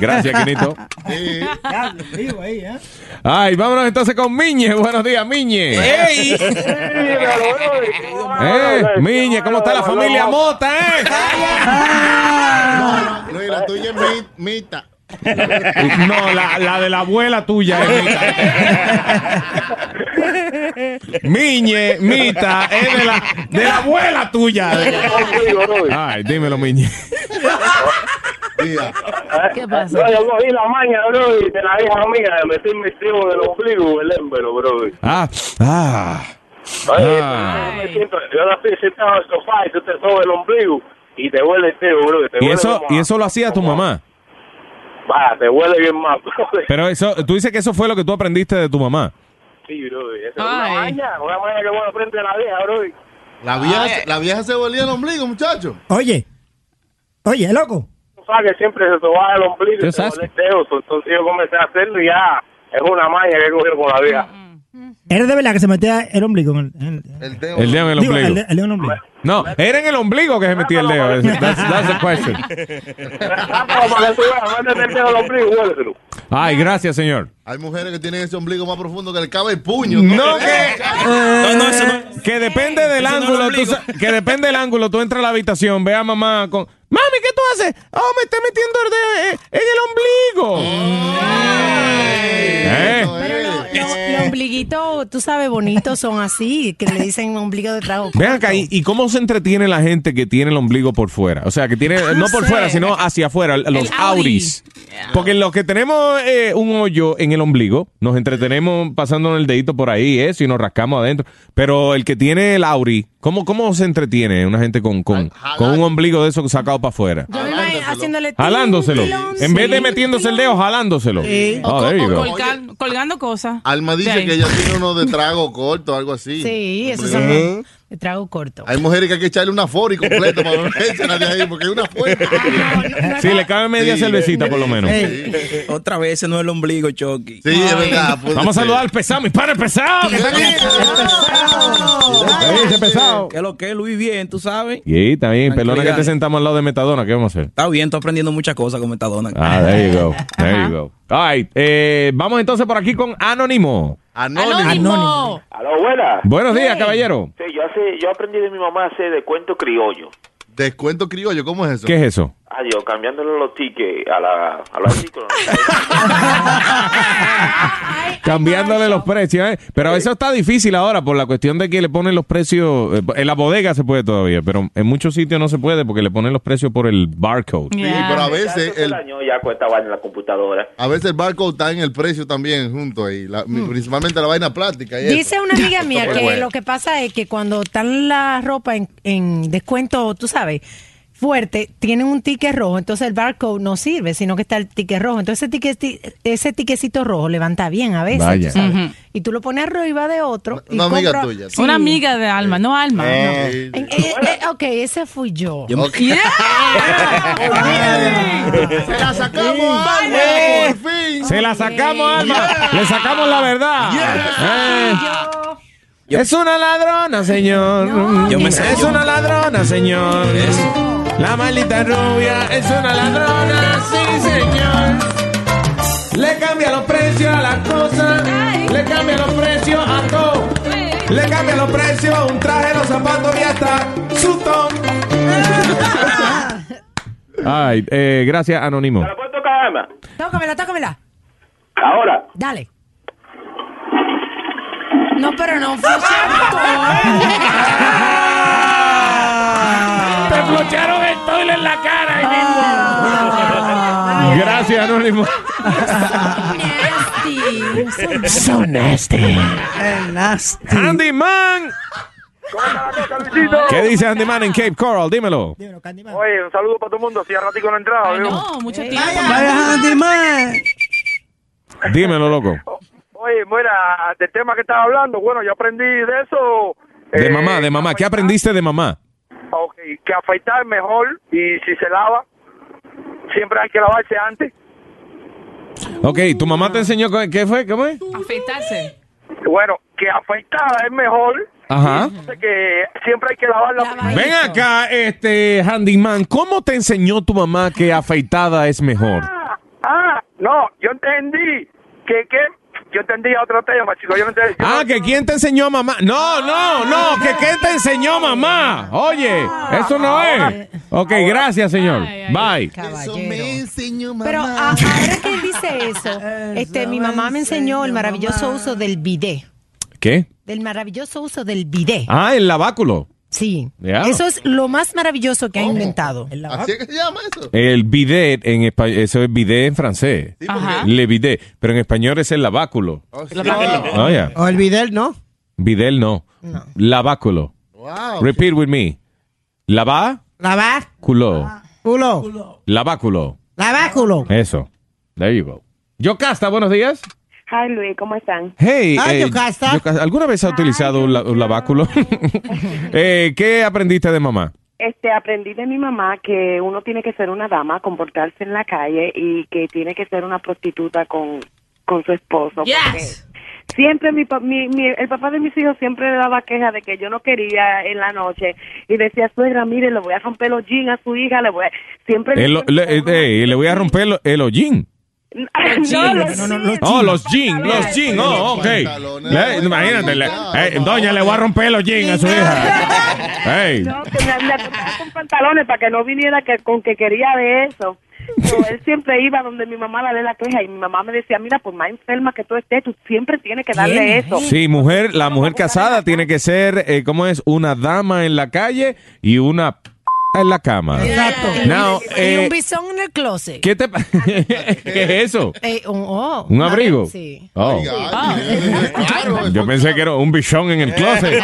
S4: Gracias, Quinito.
S15: Ya, lo digo ahí, ¿eh?
S4: Ay, vámonos entonces con Miñe. Buenos días, Miñe.
S15: ¡Ey!
S4: Eh, Miñe, ¿cómo está la familia Mota, eh?
S15: Ah.
S3: No, Luis, la tuya es mi- mita.
S4: No, la, la de la abuela tuya eh, es Mita. Miñe, Mita, es de la, de la abuela tuya. Ay, dímelo, Miñe.
S6: ¿Qué
S31: pasa? No, yo cogí la maña, bro, y de la hija mía de meter mis tribos en el ombligo, el émbolo, bro. Oye,
S4: Ah, ah. Ah.
S31: yo me siento- yo la estoy sentado en el sofá y tú te sobas el ombligo y te huele el tío, bro. Te
S4: Y
S31: huele
S4: eso,
S31: como
S4: y
S31: a-
S4: eso lo hacía tu mamá.
S31: Va, te huele bien mal, bro.
S4: Pero eso, tú dices que eso fue lo que tú aprendiste de tu mamá.
S31: Sí, bro. Esa es una maña, una maña que uno aprende de la vieja, bro.
S3: La vieja, se- la vieja se volía el ombligo, muchacho.
S15: Oye, oye, loco.
S31: Tú sabes que siempre se soba el ombligo y
S15: Yo
S31: te
S15: sabes.
S31: huele el tío. Entonces yo comencé a hacerlo y ya es una maña que he cogido con la vieja.
S15: Era de verdad que se metía el ombligo. en el- en el-
S4: El dedo en el
S15: Digo,
S4: ombligo.
S15: el de- el dedo en el ombligo.
S4: No, era en el ombligo que se metía el dedo. That's, that's the question.
S31: Sácalo para que tú veas, métete el dedo en el ombligo y huéleselo.
S4: Ay, gracias, señor.
S3: Hay mujeres que tienen ese ombligo más profundo que le cabe el puño.
S4: No,
S15: Eh.
S4: que. Que depende del
S3: Eso no
S4: ángulo.
S3: lo
S4: tú sa- que depende del ángulo. Tú entras a la habitación, ve a mamá con. Mami, ¿qué tú haces? Oh, me está metiendo el dedo eh, en el ombligo. ¿Eh?
S12: Los ombliguitos, tú sabes, bonitos son así, que le dicen ombligo de trago.
S4: Vean acá, ¿y, y cómo se entretiene la gente que tiene el ombligo por fuera? O sea, que tiene,
S12: Ah, No
S4: no por
S12: sé.
S4: fuera, sino hacia afuera, los
S12: El Audi.
S4: auris. Porque los que tenemos eh, un hoyo en el ombligo, nos entretenemos pasándonos el dedito por ahí, eso, y nos rascamos adentro. Pero el que tiene el auri, ¿cómo, cómo se entretiene una gente con, con, con un ombligo de eso sacado para afuera?
S12: Yo me imagino haciéndole tin,
S4: Jalándoselo.
S12: tilón,
S4: En vez de
S12: sí.
S4: metiéndose el dedo, jalándoselo.
S12: Sí.
S4: Oh, there you go.
S6: Colgan- colgando cosas.
S3: Alma dice
S6: Sí.
S3: que ella tiene uno de trago corto, algo así.
S12: Sí, esos
S3: Ombligo.
S12: son de- de trago corto.
S3: Hay mujeres que hay que echarle una fori completa para no echarla de ahí, porque es una fori.
S12: Ah,
S4: Sí, le cabe media cervecita por lo menos.
S29: Otra vez eh, ese no es el ombligo, Chucky.
S3: Sí, es verdad.
S29: Vamos
S4: a saludar al pesado, mis padres pesados.
S29: ¿Qué es lo que es, Luis? Bien, tú sabes.
S4: Y está bien, perdona que
S29: Tranquilidad.
S4: te sentamos al lado de Metadona, ¿qué vamos a hacer?
S29: Está bien, tú aprendiendo muchas cosas con Metadona.
S4: Ah, there you go, there you go. All right, eh, vamos entonces por aquí con Anónimo.
S31: Anónimo. Aló, buena.
S4: Buenos días, caballero.
S31: Sí, yo, hace, yo aprendí de mi mamá hace de cuento criollo.
S3: Descuento criollo, ¿cómo es eso?
S4: ¿Qué es eso?
S31: Adiós, cambiándole los tickets a la, a los artículos.
S4: Cambiándole los precios, ¿eh? Pero eso está difícil ahora por la cuestión de que le ponen los precios. eh, En la bodega se puede todavía, pero en muchos sitios no se puede porque le ponen los precios por el barcode.
S3: pero a veces
S31: el año ya cuesta vaina en la computadora.
S3: A veces el barco está en el precio también, junto ahí. La- Principalmente la vaina plástica. y
S12: Dice
S3: eso.
S12: una amiga mía
S3: Pero
S12: que
S3: bueno.
S12: lo que pasa es que cuando están la ropa en, en descuento, tú sabes, fuerte, tienen un ticket rojo, entonces el barcode no sirve, sino que está el ticket rojo. Entonces ese, ticket, ti- ese tiquecito rojo levanta bien a veces.
S6: Vaya.
S12: tú sabes.
S6: Ujú.
S12: Y tú lo pones arriba de otro. y
S6: Una amiga
S12: compra-
S6: tuya.
S12: Sí.
S6: Una amiga de Alma, no Alma.
S12: Eh,
S6: no.
S12: eh, eh, ok, ese fui yo.
S6: Yo me-
S12: Yeah.
S3: ¡Se la sacamos, Alma! ¡Por fin!
S4: Se la sacamos, Alma. Le sacamos la verdad. Eh. Es una ladrona, señor.
S1: Yo me sé,
S4: es
S1: yo-
S4: una ladrona, señor. La maldita rubia es una ladrona, sí, señor. Le cambia los precios a las cosas. Le cambia los precios a todo. Le cambia los precios, un traje, los zapatos y hasta su tom. Ay, eh, gracias, Anónimo.
S12: Tócamela, tócamela.
S32: Ahora.
S12: Dale. No, pero no funciona.
S4: Te flocharon el toile en la cara. Gracias, Anónimo.
S5: So nasty.
S11: nasty.
S4: Andy Man. ¿Qué dice Andy Man en Cape Coral? Dímelo.
S31: Oye, un saludo para todo el mundo. Si a ratico no entraba, ¿vio?
S6: No, mucho tiempo.
S11: Vaya, Andy, man.
S4: Dímelo, loco.
S31: Oye, mira, del tema que estaba hablando, bueno, yo aprendí de eso.
S4: De
S31: eh,
S4: mamá, de mamá. ¿Qué aprendiste de mamá?
S31: Ok, que afeitar mejor y si se lava, siempre hay que lavarse antes.
S4: Ok, tu mamá te enseñó co- qué fue, ¿cómo es?
S6: Afeitarse.
S31: Bueno, que afeitada es mejor.
S4: Ajá.
S31: Entonces, que siempre hay que lavarla.
S4: Ven acá, este handyman, ¿cómo te enseñó tu mamá que afeitada es mejor?
S31: Ah, no, yo entendí que, que yo entendí otro tema, chicos. Yo no Ah. entendí.
S4: Ah, que quién te enseñó mamá. No, no, no, que quién te enseñó mamá. Oye,
S31: Ah.
S4: eso no es. Ok, gracias, señor. Bye.
S12: Pero a- ahora que él dice eso, este, mi mamá me enseñó el maravilloso uso del bidet.
S4: ¿Qué?
S12: Del maravilloso uso del bidet.
S4: Ah, el laváculo.
S12: Sí.
S4: Ya.
S12: Eso es lo más maravilloso que ha inventado.
S3: ¿Así es que se llama eso?
S4: El bidet en español, eso es bidet en francés.
S12: Ajá.
S4: Le bidet, pero en español es el laváculo. Oh, yeah.
S33: O el Videl, ¿no?
S4: Videl no. Laváculo. Repeat with me. Laváculo.
S33: Lavar, culo,
S4: Laváculo.
S33: laváculo.
S4: Eso. There you go. Yocasta, buenos días.
S27: Hi Luis, ¿cómo están?
S4: Hey,
S27: Ah,
S4: eh,
S27: Yocasta.
S4: Yocasta, ¿alguna vez has utilizado un, la- un laváculo? Eh, ¿Qué aprendiste de mamá?
S27: Este, aprendí de mi mamá que uno tiene que ser una dama, comportarse en la calle y que tiene que ser una prostituta con, con su esposo.
S5: Yes.
S27: porque Siempre mi, pa- mi- mi- el papá de mis hijos siempre le daba queja de que yo no quería en la noche y decía, suegra, mire, le voy a romper los jeans a su hija, le voy a... Siempre...
S4: El o- le, eh, eh, le voy a romper el, o- el hollín.
S27: No, los jeans.
S4: Oh, los jeans, los jeans, oh, ok. Le- imagínate, le- eh, doña, le voy a romper los jeans a su hija. Hey.
S27: No, que me, me acostaba con pantalones para que no viniera que, con que quería de eso. So, él siempre iba donde mi mamá darle la queja y mi mamá me decía, mira, por más enferma que tú estés, tú siempre tienes que darle eso.
S4: Sí, mujer, la mujer casada tiene que ser, eh, ¿cómo es? Una dama en la calle y una p- en la cama. Now,
S12: y un
S4: eh,
S12: bisón en el closet.
S4: ¿qué te pa- ¿Qué es eso?
S12: Eh, un, oh,
S4: ¿Un abrigo?
S12: Sí.
S4: Oh. Yo pensé que era un bichón en el closet.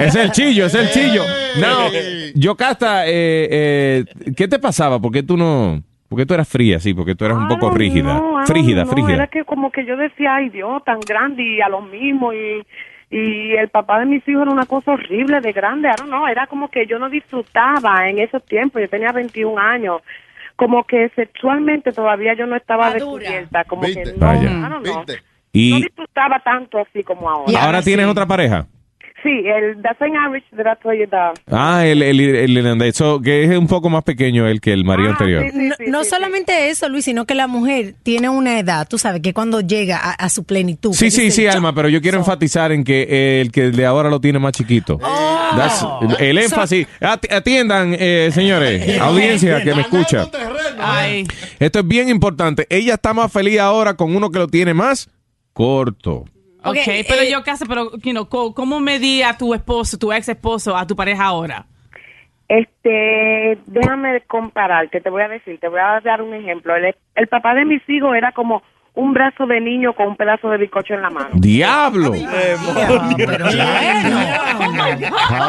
S4: es el chillo, es el chillo. No, Yocasta, eh, eh, ¿qué te pasaba? ¿Por qué tú no...? Porque tú eras fría, sí, porque tú eras un poco rígida.
S27: No, ah,
S4: frígida,
S27: no,
S4: frígida.
S27: Era que como que yo decía, ay Dios, tan grande y a lo mismo y, y el papá de mis hijos era una cosa horrible de grande, ahora no, era como que yo no disfrutaba en esos tiempos, yo tenía 21 años, como que sexualmente todavía yo no estaba descubierta, como que no,
S4: Vaya.
S27: I don't know, no
S4: Y
S27: disfrutaba tanto así como ahora.
S4: ahora tienes otra pareja.
S27: Sí, el That's an average that's what you do.
S4: Ah, el, el, el irlandés, so, que es un poco más pequeño el que el
S27: Ah,
S4: marido anterior.
S12: No, no solamente eso, Luis, sino que la mujer tiene una edad, tú sabes, que cuando llega a, a su plenitud.
S4: Sí,
S12: que
S4: sí,
S12: dice,
S4: sí,
S12: "Yo
S4: Alma, pero yo quiero enfatizar en que eh, el que el de ahora lo tiene más chiquito.
S27: Oh.
S4: That's- el énfasis. At- Atiendan, eh, señores, audiencia que me escucha.
S6: Ay.
S4: Esto es bien importante. Ella está más feliz ahora con uno que lo tiene más corto.
S6: Ok, eh, pero yo casi, pero, you know, co- ¿cómo medí a tu esposo, tu ex esposo, a tu pareja ahora?
S27: Este, déjame compararte, te voy a decir, te voy a dar un ejemplo. El, el papá de mis hijos era como
S11: un brazo de niño con un pedazo de bizcocho en la mano.
S4: ¡Diablo!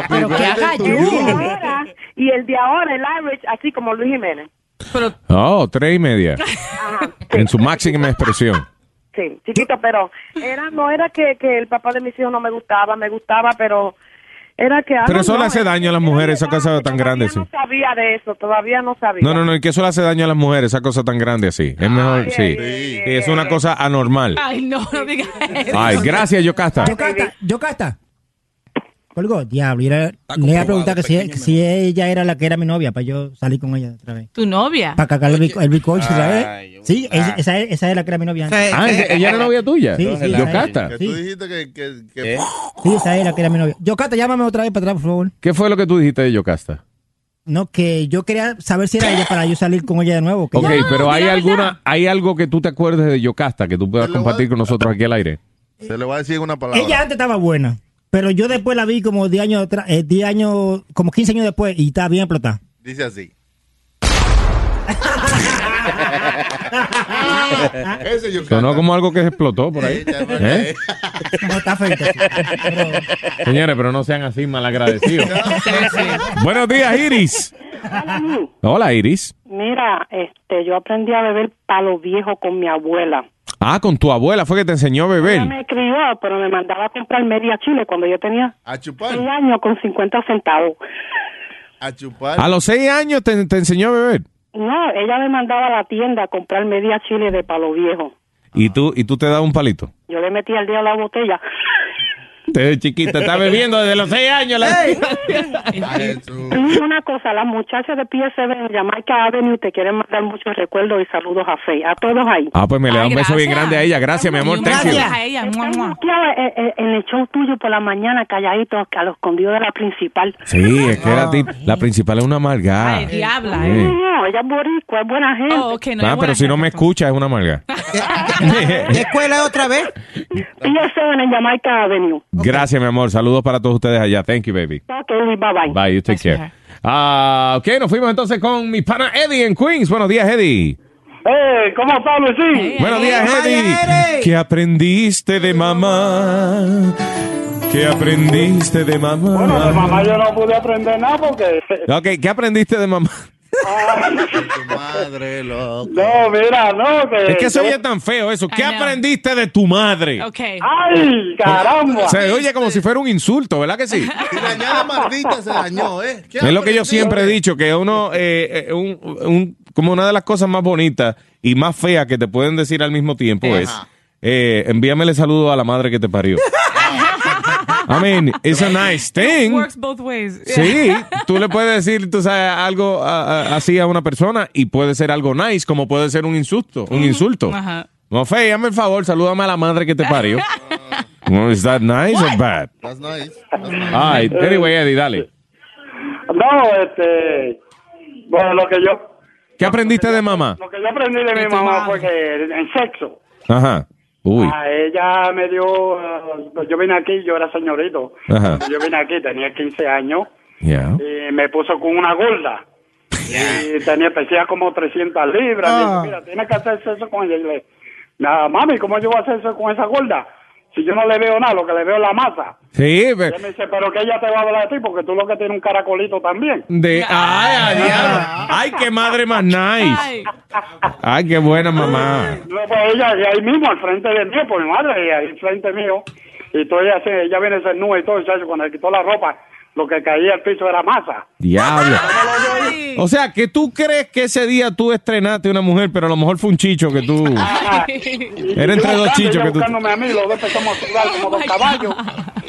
S11: Pero que haga
S21: to you.
S11: ayuno. Ahora, Y el de ahora, el average, así como Luis Jiménez.
S4: Oh, tres y media. En su máxima expresión.
S15: Ah,
S11: Sí, chiquito, pero era no era que, que el papá de mis hijos no me gustaba, me gustaba, pero era que... ah,
S4: Pero
S11: no,
S4: eso le
S11: no,
S4: hace daño a las mujeres, esa cosa tan grande así.
S11: no sabía de eso, todavía no sabía.
S4: No, no, no, y que eso le hace daño a las mujeres, esa cosa tan grande así.
S15: Ah,
S4: Es mejor, sí. Sí, Es una cosa anormal.
S6: Ay, no, no digas eso.
S4: Ay, gracias, Yocasta.
S15: Yocasta, Yocasta. Colgó, diablo. y era- le iba a preguntar que si, que si ella era la que era mi novia, para yo salir con ella otra vez.
S6: Tu novia.
S15: Para cagar el, bico- el bizcocho otra vez. Sí, ella- esa, es- esa es la que era mi novia. antes.
S4: Ah, ¿ella ella era novia tuya?
S15: eh, Sí, sí,
S4: Yocasta.
S3: Que tú dijiste que... que, que
S4: ¿Eh?
S15: Sí, esa es la que era mi novia. Yocasta, llámame otra vez para atrás, por favor.
S4: ¿Qué fue lo que tú dijiste de Yocasta?
S15: No, que yo quería saber si era ella para yo salir con ella de nuevo. que
S4: Ok,
S15: ya-
S4: pero ¿hay alguna, hay algo que tú te acuerdes de Yocasta que tú puedas compartir con nosotros aquí al aire?
S3: Se le va a decir una palabra.
S15: Ella antes estaba buena, pero yo después la vi como 10 años atrás, eh, 10 años, como 15 años después y está bien explotada.
S3: Dice así. Ese yo
S4: Sonó como algo que explotó por ahí. ¿Eh?
S15: No, está feita. sí. Pero-
S4: Señores, pero no sean así malagradecidos. Buenos días, Iris. Hola, Iris.
S13: Mira, este, yo aprendí a beber palo viejo con mi abuela.
S4: Ah, con tu abuela fue que te enseñó a beber.
S13: Ella me crió, pero me mandaba a comprar media chile cuando yo tenía seis años con 50 centavos.
S3: A chupar.
S4: A los seis años te, te enseñó a beber.
S13: No, ella me mandaba a la tienda a comprar media chile de palo viejo.
S4: Y tú, y tú te das un palito.
S13: Yo le metía el dedo a la botella.
S4: Desde chiquita, está bebiendo desde los seis años. la-
S13: Ey. Y una cosa, las muchachas de PSB en Jamaica Avenue te quieren mandar muchos recuerdos y saludos a Fey, a todos ahí.
S4: Ah, pues me le da un
S13: Ay,
S4: beso bien
S13: gracias.
S4: grande a ella. Gracias, mi amor. Thank you.
S13: Gracias. Estás bloqueado, eh, eh, en el show tuyo por la mañana, calladito, a los escondidos de la principal.
S4: Sí, es que la, ti- la principal es una amargada.
S13: Ay,
S4: Sí.
S13: Ah, diabla, ¿eh? Oh, No, no, ella es boricua, es buena gente.
S4: Ah, pero si no me escucha es una amarga.
S13: ¿De escuela otra vez? PSB en Jamaica Avenue.
S4: Gracias, mi amor. Saludos para todos ustedes allá. Thank you, baby.
S13: Ok, bye bye.
S4: Bye, you take care. Ah, ok, nos fuimos entonces con mi pana Eddie en Queens. Buenos días, Eddie.
S31: Eh, ¿cómo está, Luisín?
S4: Buenos días, Eddie. ¿Qué aprendiste de mamá? ¿Qué aprendiste de mamá?
S31: Bueno, de mamá yo no pude aprender nada porque...
S4: Ok, ¿qué aprendiste de mamá?
S3: Madre loco.
S31: No, mira, no, que...
S4: Es que se oye tan feo eso. ¿Qué aprendiste de tu madre?
S31: ¡Ay, caramba!
S4: Se oye como si fuera un insulto, ¿verdad que sí?
S3: Nada maldita se dañó, ¿eh? ¿Qué
S4: Es lo que yo siempre he dicho, que uno, eh, eh, un- un- como una de las cosas más bonitas y más feas que te pueden decir al mismo tiempo
S3: Ajá.
S4: es, eh, envíamele saludo a la madre que te parió. I mean, it's a nice
S6: It
S4: thing.
S6: works both ways.
S4: Sí, tú le puedes decir, tú sabes, algo a- a- así a una persona y puede ser algo nice, como puede ser un insulto, un insulto.
S6: Ajá.
S4: No, fe, hazme el favor, salúdame a la madre que te parió. No, is that nice or bad?
S3: That's nice.
S4: Ay, anyway, eh. Eddie, dale.
S31: Eh, No, este... Bueno, lo que yo,
S4: ¿Qué aprendiste de mamá?
S31: lo que yo aprendí de mi
S3: Este,
S31: mamá fue que en sexo...
S4: Ajá. Uy.
S31: A Ah, ella me dio, uh, yo vine aquí, yo era señorito.
S4: Ajá.
S31: Yo vine aquí, tenía 15 años
S4: Yeah.
S31: y me puso con una gorda. Y tenía, pesía como 300 libras. Y
S21: Ah.
S31: dijo, mira, tienes que hacerse eso con ella. Y le, "Nah, mami, ¿cómo yo voy a hacer eso con esa gorda? Si yo no le veo nada, lo que le veo es la masa.
S4: Sí,
S31: Y
S4: ve-
S31: él me dice, pero que ella te va a hablar a ti porque tú lo que tienes un caracolito también.
S4: de... Ay, ay, diablo. ay, qué madre más nice. Ay, qué buena mamá.
S31: No, pues ella, y ahí mismo, al frente de mí, por mi madre, y ahí al frente mío. Y todo ella, se- ella viene a nube y todo, chacho, cuando le quitó la ropa, lo que caía al piso era masa.
S4: Diablo. O sea, que tú crees que ese día tú estrenaste una mujer, pero a lo mejor fue un chicho que tú... Mm. Era entre dos chichos que tú-
S31: buscándome a mí, los dos empezamos a sudar como dos caballos.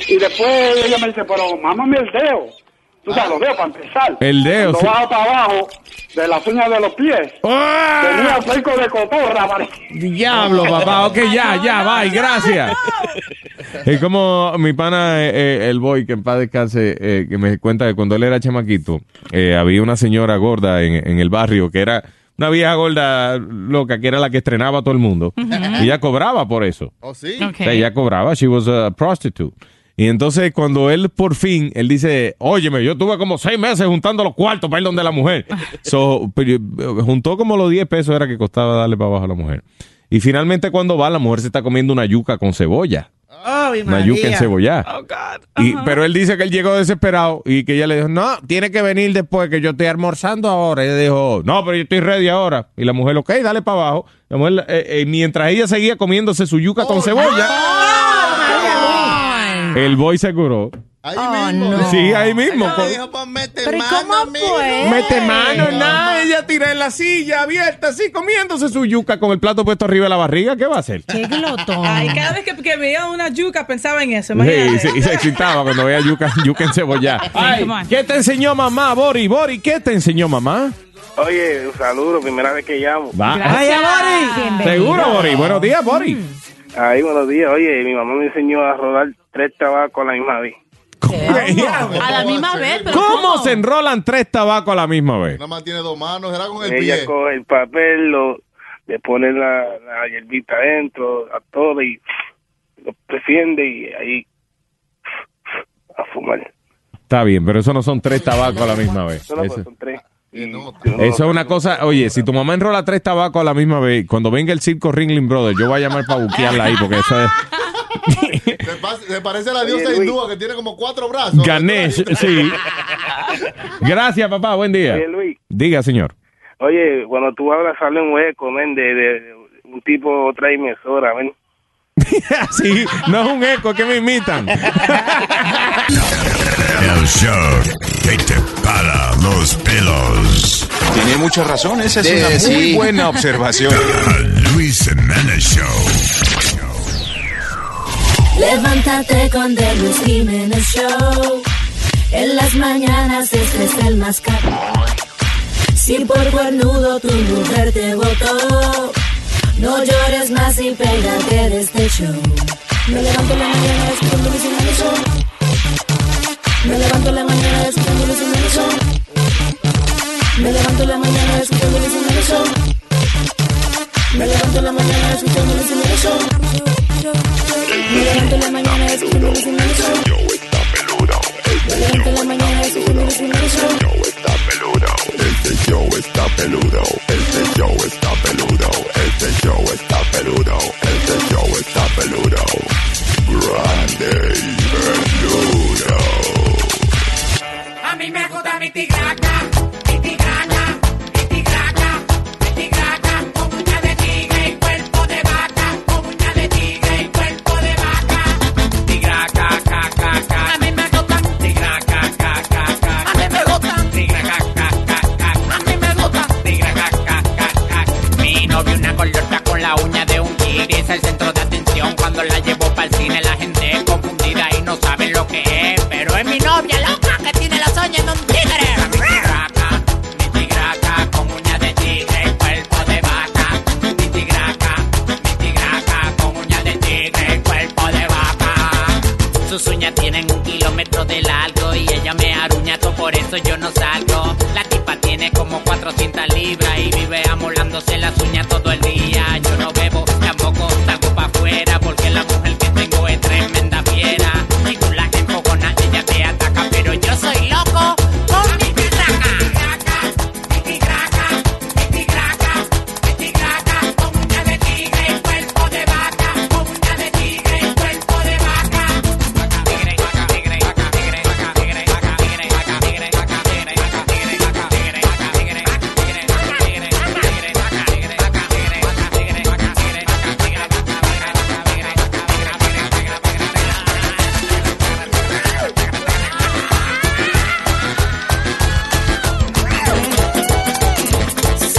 S31: Y después ella me dice, pero mámame el dedo. Tú sabes, los dedos para empezar.
S4: El dedo,
S31: Lo
S4: sí.
S31: bajo para abajo, de las uñas de los pies. Tenía un pico de cotorra, parecía.
S4: ¡Ah! Diablo, papá. Ok, ya, ya, bye, gracias. Es como mi pana, eh, eh, el boy, que en paz descanse, eh, que me cuenta que cuando él era chamaquito, eh, había una señora gorda en, en el barrio que era una vieja gorda loca, que era la que estrenaba a todo el mundo.
S3: Ujú.
S4: Y ella cobraba por eso.
S3: ¿O sí?
S4: O sea, ella cobraba, she was a prostitute. Y entonces cuando él por fin, él dice, óyeme, yo tuve como seis meses juntando los cuartos para ir donde la mujer. So, pero, eh, juntó como los 10 pesos era que costaba darle para abajo a la mujer. Y finalmente cuando va, la mujer se está comiendo una yuca con cebolla.
S2: Oh,
S4: Una yuca en cebolla. Y- pero él dice que él llegó desesperado y que ella le dijo, no, tiene que venir después que yo estoy almorzando ahora. Y él dijo, no, pero yo estoy ready ahora. Y la mujer, ok, dale para abajo. La mujer, eh, eh, mientras ella seguía comiéndose su yuca
S2: Oh,
S4: con cebolla, el boy se curó.
S3: Ahí
S4: mismo. Sí, ahí mismo. Con-
S2: Oh, Pero ¿y cómo fue?
S4: Mete mano, nada, ella tira en la silla abierta, así comiéndose su yuca con el plato puesto arriba de la barriga, ¿qué va a hacer?
S12: Qué glotón.
S6: Ay, cada vez que, que veía una yuca pensaba en eso.
S4: Sí,
S6: imagínate.
S4: y, se, y se excitaba cuando veía yuca, yuca en cebolla. Ay,
S6: come on.
S4: ¿Qué te enseñó mamá, Bori? Bori, ¿qué te enseñó mamá?
S14: Oye, un saludo, primera vez que llamo.
S4: Va.
S14: Bori!
S4: Seguro, Bori. Buenos días, Bori.
S14: Ay, buenos días. Oye, mi mamá me enseñó a rodar tres tabacos a la misma vez.
S6: A la misma vez, pero
S4: ¿Cómo, se enrolan tres tabacos a la misma vez?
S3: Nada más tiene dos manos, era con el
S14: Ella
S3: pie.
S14: coge el papel, lo, le pone la, la hierbita adentro, a todo y lo defiende y ahí a fumar.
S4: Está bien, pero eso no son tres tabacos a la misma vez.
S14: Solo
S4: Eso,
S14: pues, son tres. Y-
S4: eso es una cosa. Oye, si tu mamá enrola tres tabacos a la misma vez, cuando venga el circo Ringling Brothers, yo voy a llamar para buquearla ahí, porque eso es.
S3: Se, pas- se parece a la diosa hindúa que tiene como cuatro brazos.
S4: Ganesh, sí. Gracias, papá. Buen día.
S14: Oye, Luis.
S4: Diga, señor.
S14: Oye, cuando tú hablas sale un hueco, men, de, de- de un tipo otra emisora, men.
S4: sí, no es un eco, es que me imitan.
S1: El show que te para los pelos. Tiene mucha razón,
S34: esa es una muy buena
S1: observación. Luis Jiménez Show.
S14: Levántate con The Luis Jiménez Show. En las mañanas este es el más caro. Si por guarnudo tu mujer te votó, no llores más y pégate de este show. Me levanto en la mañana escuchando Luis Jiménez Show. Me levanto en la mañana escuchando Luis Jiménez Show. Me levanto en la mañana escuchando Luis Jiménez Show. Me levanto en la mañana escuchando Luis Jiménez Show. Me levanto en la mañana escuchando Luis Jiménez Show. Me levanto en la mañana escuchando Luis Jiménez Show.
S1: Este show está peludo. Este show está peludo. Este show está peludo. Este show está peludo. Grande y peludo.
S2: A mí me gusta mi tigraca, mi tigraca, mi tigraca, mi tigraca, con uña de tigre y cuerpo de vaca, con uña de tigre y cuerpo de vaca. Tigraca, ca, ca, ca. A mí me gusta. Tigraca, ca, ca, ca. A mí me gusta. Tigraca, ca, ca, ca. A mí me gusta. Tigraca, ca, ca, ca. Mi novio una colorta con la uña de un tigre es el centro de atención. Cuando la llevo para el cine la gente es confundida y no saben lo que es, pero es mi novia loca que tiene las uñas de un tigre. Mi tigraca, mi tigraca con uñas de tigre y cuerpo de vaca. Mi tigraca, mi tigraca con uñas de tigre y cuerpo de vaca. Sus uñas tienen un kilómetro de largo y ella me aruña, todo por eso yo no salgo. La tipa tiene como 400 libras y vive amolándose las uñas todo el día. Yo no bebo, tampoco salgo pa' afuera porque la mujer que tengo es tremenda fiera. Y tú la empogonas, ella te ataca, pero yo soy loco con mi tigraca. Tigraca, tigraca, tigraca, con uña de tigre y cuerpo de vaca, con uña de tigre y cuerpo de vaca.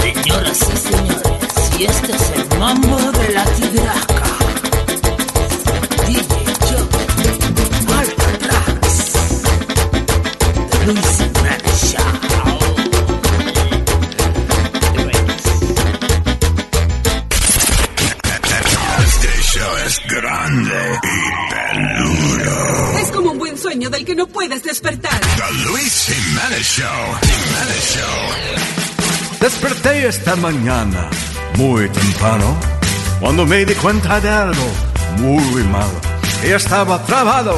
S14: Señoras y señores, y este es el mambo de la tigraca. DJ Joe, marca atrás. Luis Jiménez Show.
S1: Este show es grande y peludo.
S35: Es como un buen sueño del que no puedes despertar.
S1: The Luis Jiménez Show. Jiménez Show.
S36: Desperté esta mañana muy temprano cuando me di cuenta de algo muy malo. Yo estaba trabado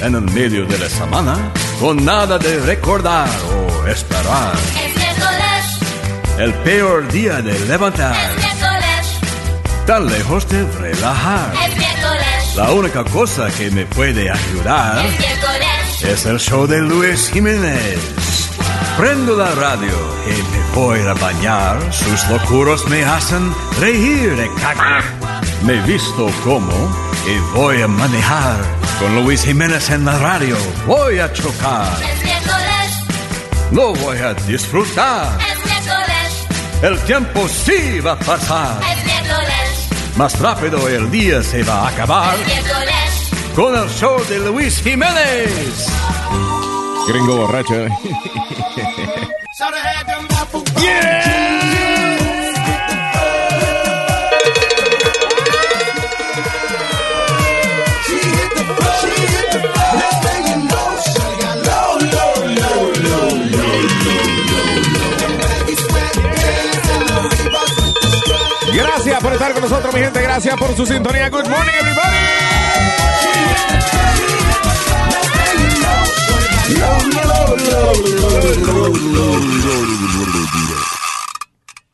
S36: en el medio de la semana con nada de recordar o esperar.
S2: Es miércoles,
S36: El peor día de levantar.
S2: miércoles,
S36: tan lejos de relajar.
S21: Es miércoles.
S36: La única cosa que me puede ayudar
S21: Es miércoles.
S36: es el show de Luis Jiménez. Prendo la radio y me voy a bañar. Sus locuros me hacen reír de caca. Me visto como y voy a manejar. Con Luis Jiménez en la radio voy a chocar.
S21: Es miércoles.
S36: Lo voy a disfrutar.
S21: Es miércoles.
S36: El tiempo sí va a pasar.
S21: Es miércoles.
S36: Más rápido el día se va a acabar.
S21: Es miércoles.
S36: Con el show de Luis Jiménez.
S4: Gringo borracho. ¿eh? Gracias por estar con nosotros, mi gente. Gracias por su sintonía. Good morning, everybody.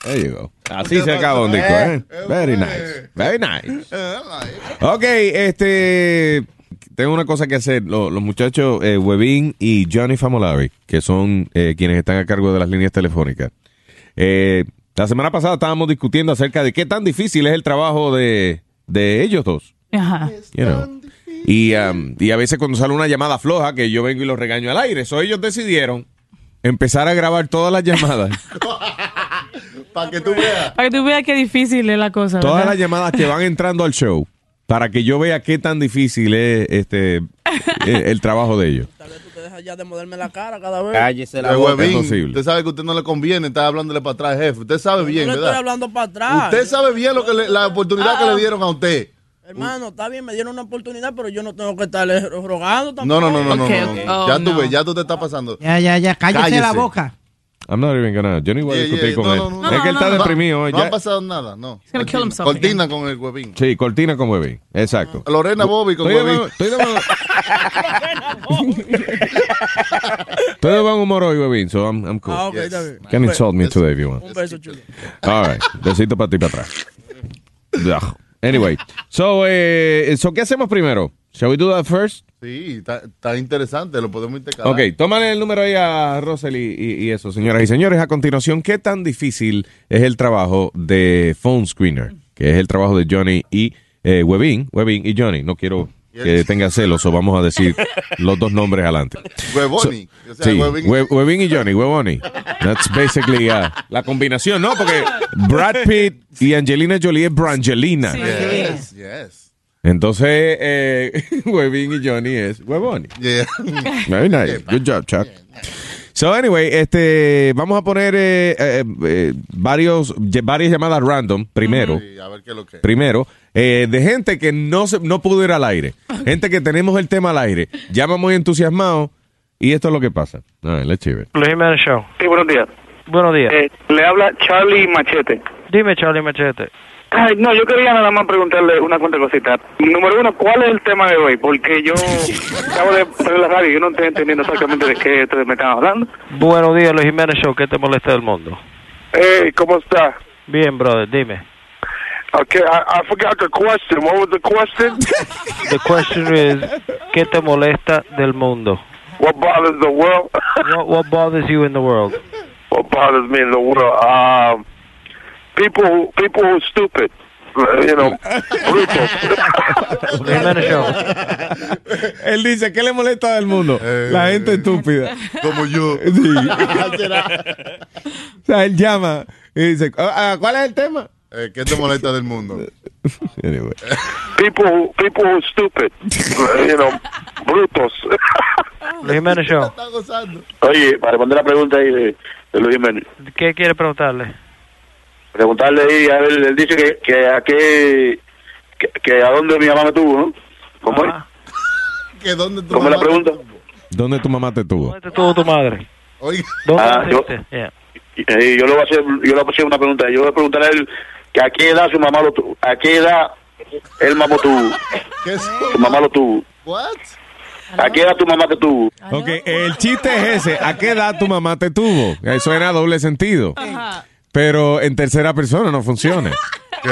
S4: There you go. Así se acaba un disco, ¿eh? Very nice. Very nice. Ok, este. Tengo una cosa que hacer. Lo- Los, muchachos, eh, Webin y Johnny Famolari, que son eh, quienes están a cargo de las líneas telefónicas. Eh, la semana pasada estábamos discutiendo acerca de qué tan difícil es el trabajo de, de ellos dos.
S6: Ajá.
S4: you know. Y, um, y a veces cuando sale una llamada floja, que yo vengo y los regaño al aire. So ellos decidieron empezar a grabar todas las llamadas.
S3: Para que tú veas.
S6: Para que tú veas qué difícil es la cosa.
S4: todas
S6: ¿verdad?
S4: las llamadas que van entrando al show. Para que yo vea qué tan difícil es este eh, el trabajo de ellos.
S3: Cállese
S4: la boca. Es posible.
S3: Usted sabe que a usted no le conviene estar hablándole para atrás, jefe. Usted sabe bien,
S16: no estoy
S3: ¿verdad?
S16: hablando para atrás.
S3: Usted sabe bien lo que le- la oportunidad que
S16: Ah.
S3: le dieron a usted.
S16: Hermano, está bien, me dieron una oportunidad, pero yo no tengo que estarle rogando
S3: No,
S16: tampoco.
S3: no, no, no, no, no, no.
S5: Oh,
S3: ya tú ves, ya tú te estás pasando.
S15: Ya, ya, ya, cállese,
S3: Cállese.
S15: la boca.
S4: I'm not even gonna. Yo no voy a
S3: Yeah, yeah,
S4: discutir con
S3: no,
S4: él.
S3: no, no,
S4: es
S3: no,
S4: que él
S3: no,
S4: está
S3: no.
S4: deprimido.
S3: No
S4: ya-
S3: ha pasado nada, no.
S6: gonna kill himself
S3: Cortina con el huevín.
S4: Sí, cortina con Webin. Exacto.
S3: Lorena Bobby con
S4: Estoy de
S3: huevín.
S4: mal- estoy de mal- Estoy de buen humor hoy, Webin, so I'm, I'm cool.
S16: Ah, ok, está bien.
S4: You Can insult me today if you want.
S16: Un beso chulo.
S4: All right. Besito para ti para atrás. Ugh. Anyway, so, eh, so, ¿qué hacemos primero? Shall we do that first?
S3: Sí, está, está interesante, lo podemos intercalar.
S4: Ok, tómale el número ahí a Rosel y, y- y eso, señoras y señores. A continuación, ¿qué tan difícil es el trabajo de Phone Screener? Que es el trabajo de Johnny y eh, Webin. Webin y Johnny. No quiero que tenga celos o vamos a decir los dos nombres adelante.
S3: Huevoni,
S4: So-
S3: o sea,
S4: sí,
S3: Huevín.
S4: Hue- Huevín y Johnny, Huevoni. That's basically uh, la combinación, ¿no? Porque Brad Pitt y Angelina Jolie es Brangelina.
S3: Yes, yes.
S4: Entonces, eh, Huevín y Johnny es Huevoni. Very nice. Good job, Chuck. So, anyway, este, vamos a poner eh, eh, eh, varios, ye- varias llamadas random primero. Primero, eh, de gente que no, se, no pudo ir al aire. Gente que tenemos el tema al aire. Llama muy entusiasmado y esto es lo que pasa. All right, let's hear it.
S17: Luis Jiménez Show.
S37: Sí, buenos días.
S17: Buenos días.
S37: Eh, le habla Charlie Machete.
S17: Dime, Charlie Machete.
S37: Ay, no, yo quería nada más preguntarle una cuanta cosita. Número uno, ¿cuál es el tema de hoy? Porque yo acabo de poner la radio y yo no estoy entendiendo exactamente de qué ustedes me están hablando.
S17: Buenos días, Luis Jiménez Show. ¿Qué te molesta del mundo?
S37: Hey, ¿cómo está?
S17: Bien, brother, dime.
S37: Okay, I, I forgot the question. What was the question?
S17: The question is, ¿qué te molesta del mundo?
S37: What bothers the world?
S17: What, what bothers you in the world?
S37: What bothers me in the world? Um, people, who, people who are stupid. You know,
S17: Luis Jiménez Show.
S4: Él dice, ¿qué le molesta del mundo? La gente estúpida.
S3: Eh, Como yo.
S4: Sí. O sea, él llama y dice, "Ah, ah, ¿cuál es el tema?
S3: Eh, ¿Qué te molesta del mundo?
S4: Anyway.
S37: people, who, people who are stupid. You know, brutos.
S17: Luis Jiménez Show.
S3: Está gozando.
S37: Oye, para responder la pregunta ahí de, de Luis Jiménez,
S17: ¿Qué quiere preguntarle?
S37: preguntarle ahí, a ver, él dice que, que a qué, que, que a dónde mi mamá me tuvo, ¿no? ¿Cómo es?
S3: Ah. ¿Que dónde tú
S37: ¿Cómo es la pregunta?
S4: ¿Dónde tu mamá te tuvo?
S17: ¿Dónde te tuvo tu madre?
S3: Oiga.
S17: ¿Dónde
S37: Ah, yo,
S17: naciste? Yeah.
S37: eh, yo le voy a hacer, yo le voy a hacer una pregunta, yo le voy a preguntar a él que a qué edad su mamá lo tuvo, a qué edad él mamó tuvo,
S3: ¿Qué es?
S37: su mamá lo tuvo,
S3: What?
S37: a qué edad tu mamá te tuvo.
S4: Eh, Ok, el chiste es ese. ¿A qué edad tu mamá te tuvo? Eso era doble sentido. pero en tercera persona no funciona.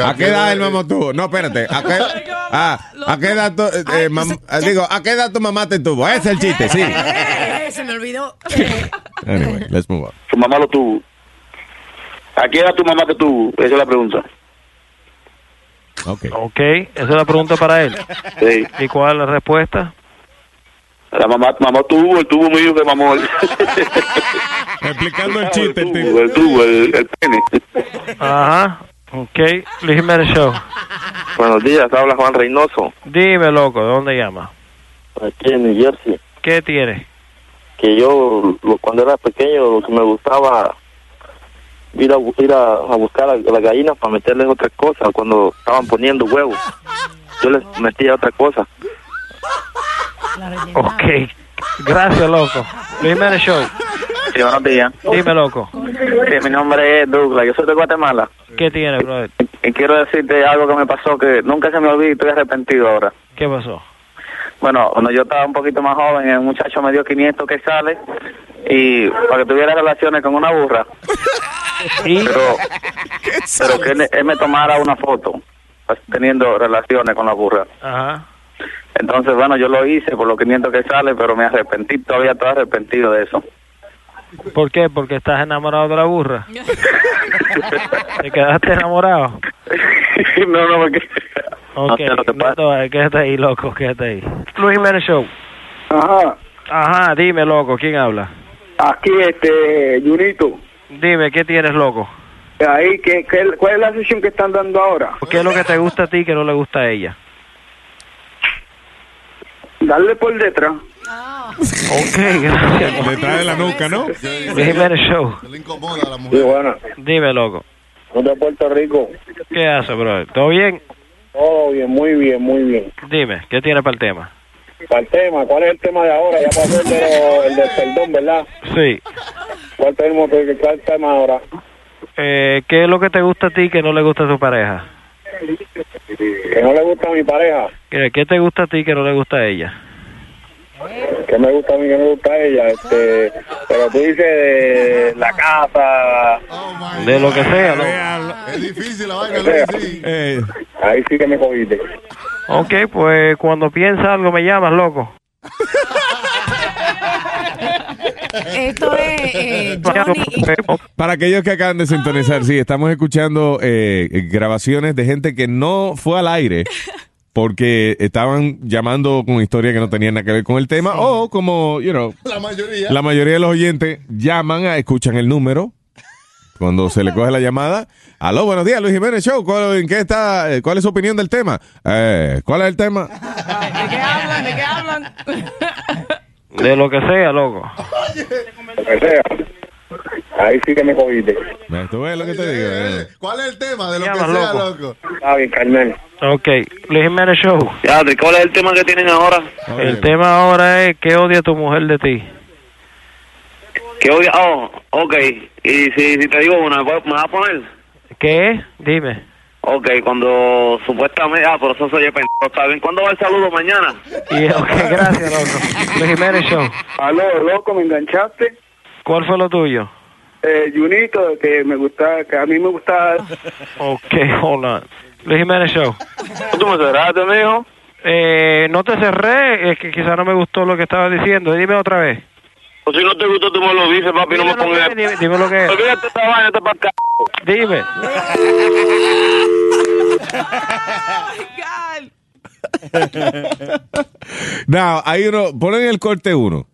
S4: ¿A qué edad el mamá tuvo? No, espérate. ¿A qué, ah, ¿a qué edad tu, eh, mam- ah, digo, ¿a qué edad tu mamá te tuvo? Ese es el chiste, sí.
S12: Eh, Se me olvidó. Eh,
S4: Anyway, let's move on.
S37: Tu mamá lo tuvo. ¿A qué edad tu mamá te tuvo? Esa es la pregunta.
S4: Ok.
S17: Ok, esa es la pregunta para él. ¿Y cuál es la respuesta?
S37: La mamá, mamá tuvo, el tubo mío que mamó.
S4: Explicando el chiste. El
S37: tubo, el, tubo, el, el pene.
S17: Ajá. Ok, Luis Jiménez Show.
S37: Buenos días, habla Juan Reynoso.
S17: Dime, loco, ¿de dónde llama?
S37: Aquí en New Jersey.
S17: ¿Qué tiene?
S37: Que yo, lo- cuando era pequeño, lo que me gustaba ir a, bu- ir a, a buscar a, las gallinas para meterles otras cosas. Cuando estaban poniendo huevos, yo les metía otra cosa.
S17: Ok, gracias, loco. Luis Jiménez Show.
S37: Sí, buenos días.
S17: Dime, loco.
S37: mi nombre es Douglas, yo soy de Guatemala.
S17: ¿Qué tiene, brother?
S37: Y quiero decirte algo que me pasó que nunca se me olvidó y estoy arrepentido ahora.
S17: ¿Qué pasó?
S37: Bueno, cuando yo estaba un poquito más joven, el muchacho me dio 500 que sale y para que tuviera relaciones con una burra. Pero, pero que él, él me tomara una foto pues, teniendo relaciones con la burra.
S17: Ajá.
S37: Entonces, bueno, yo lo hice por los 500 que sale, pero me arrepentí, todavía estoy arrepentido de eso.
S17: ¿Por qué? Porque estás enamorado de la burra. ¿Te quedaste enamorado?
S37: no, no, porque...
S17: Ok, no, no, quédate ahí, loco, quédate ahí. Luis Jiménez Show.
S18: Ah.
S31: Ajá,
S17: Ajá, dime, loco, ¿quién habla?
S31: aquí este, Junito,
S17: Dime, ¿qué tienes, loco?
S31: ahí, ¿qué, qué, cuál es la sesión que están dando ahora?
S17: ¿Qué es lo que te gusta a ti que no le gusta a ella?
S31: Darle por detrás.
S17: Ok, gracias.
S4: Detrás de la nuca, ¿no?
S17: Luis Jiménez Show. Dime, loco.
S30: de Puerto Rico.
S17: ¿Qué haces, bro? ¿Todo bien?
S30: Todo bien, muy bien, muy bien.
S17: Dime, ¿qué tienes para el tema?
S30: Para el tema, ¿cuál es el tema de ahora? Ya pasó el, de lo- el del perdón, ¿verdad?
S17: Sí.
S30: ¿Cuál tenemos que cuál tema ahora?
S17: Eh, ¿Qué es lo que te gusta a ti que no le gusta a tu pareja?
S30: Que no le gusta a mi pareja,
S17: ¿Qué, qué te gusta a ti que no le gusta a ella?
S30: que me gusta a mí, que no me gusta a ella. Este, pero tú dices de la casa.
S17: De lo que sea, loco.
S3: Es difícil la
S30: lo
S3: vaina.
S30: que sea. Eh, Ahí sí que me jodiste.
S17: Ok, pues cuando piensas algo me llamas, loco.
S12: Esto es eh, Johnny y
S4: Para aquellos que acaban de sintonizar, sí, estamos escuchando eh, grabaciones de gente que no fue al aire porque estaban llamando con historias que no tenían nada que ver con el tema o como, you know,
S3: La mayoría.
S4: la mayoría de los oyentes llaman, a- escuchan el número. Cuando se le coge la llamada, aló, buenos días, Luis Jiménez Show, ¿cuál, en qué está, eh, ¿cuál es su opinión del tema? Eh, ¿Cuál es el tema?
S6: ¿De qué hablan? ¿De qué hablan?
S17: De lo que sea, loco.
S30: Lo que sea. Ahí sí que me jodiste.
S4: ¿Tú ves lo que te digo? eh.
S3: ¿Cuál es el tema de lo que
S30: Llama,
S3: sea,
S30: loco.
S3: loco?
S30: Está Ah, bien, Carmen.
S17: Ok, Luis Jiménez Show.
S37: ¿Cuál es el tema que tienen ahora?
S17: El tema ahora es ¿qué odia tu mujer de ti?
S37: Que hoy, oh, ok. Y si, si te digo una, ¿cuál- ¿me vas a poner?
S17: ¿Qué es? Dime.
S37: Ok, cuando supuestamente, ah, pero eso soy el pendejo, está bien. ¿Cuándo va el saludo mañana?
S17: Y, ok, gracias, loco. Luis Jiménez Show.
S31: Aló, loco, me enganchaste.
S17: ¿Cuál fue lo tuyo?
S31: Eh, Junito, que me gusta, que a mí me gusta.
S17: Ok, hola. Luis Jiménez Show.
S37: ¿Tú me cerraste, mijo?
S17: Eh, no te cerré, es que quizá no me gustó lo que estabas diciendo. Dime otra vez.
S37: Pues si no te gustó, tú me lo dices, papi, no me pongas.
S17: Dime, dime lo que es.
S37: Olvídate esta vaina, esta pa' acá.
S17: Dime.
S4: No, hay uno, ponen el corte uno.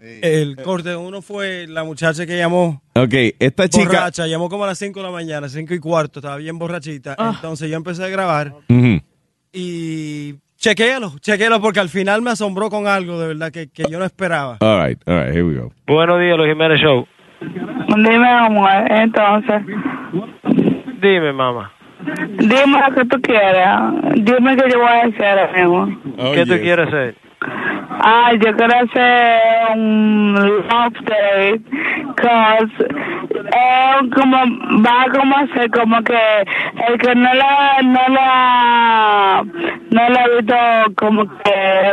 S2: El corte uno fue la muchacha que llamó
S4: Ok, esta chica...
S2: borracha, llamó como a las 5 de la mañana, 5 y cuarto, estaba bien borrachita. Entonces yo empecé a grabar
S4: Ujú.
S2: y chequéalo, chequéalo porque al final me asombró con algo de verdad que, que yo no esperaba.
S4: All right, all right, here we go.
S17: Buenos días, Luis Jiménez Show.
S24: Dime, mujer, entonces.
S17: Dime, mamá.
S24: Dime lo que tú quieras. Dime que yo voy a hacer, mi amor.
S4: Oh,
S17: ¿Qué tú quieres hacer?
S24: Ay, yo quiero hacer un love date. Cause él como, va como a ser como que el que no la, no la, no la ha visto como que,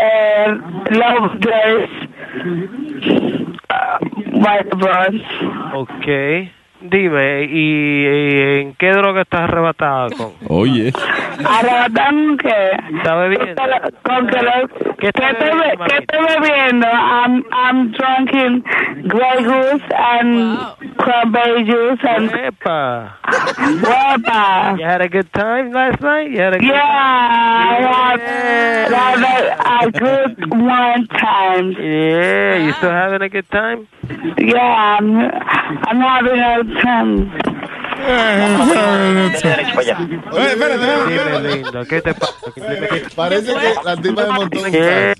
S24: eh, love date. by the Bronx.
S17: Ok. Dime, ¿y, y en qué droga estás arrebatada con?
S4: Oye.
S24: Arrebatan que.
S17: ¿Estás bebiendo?
S24: Con que lo- ¿Qué estoy, be- qué estoy bebiendo? I'm, I'm drunk in Grey Goose and cranberry juice and.
S17: Epa.
S24: Guapa.
S17: You had a good time last night? You had a good
S24: Yeah, I had, I had a good one time.
S17: Yeah, you still having a good time?
S24: Yeah, I'm, I'm having a good time.
S3: Oye, espérate, espérate,
S17: Dime,
S3: espérate.
S17: lindo, ¿qué te pasa? Dime, ¿qué-
S3: Parece que la tipa de montón.
S17: ¿Qué?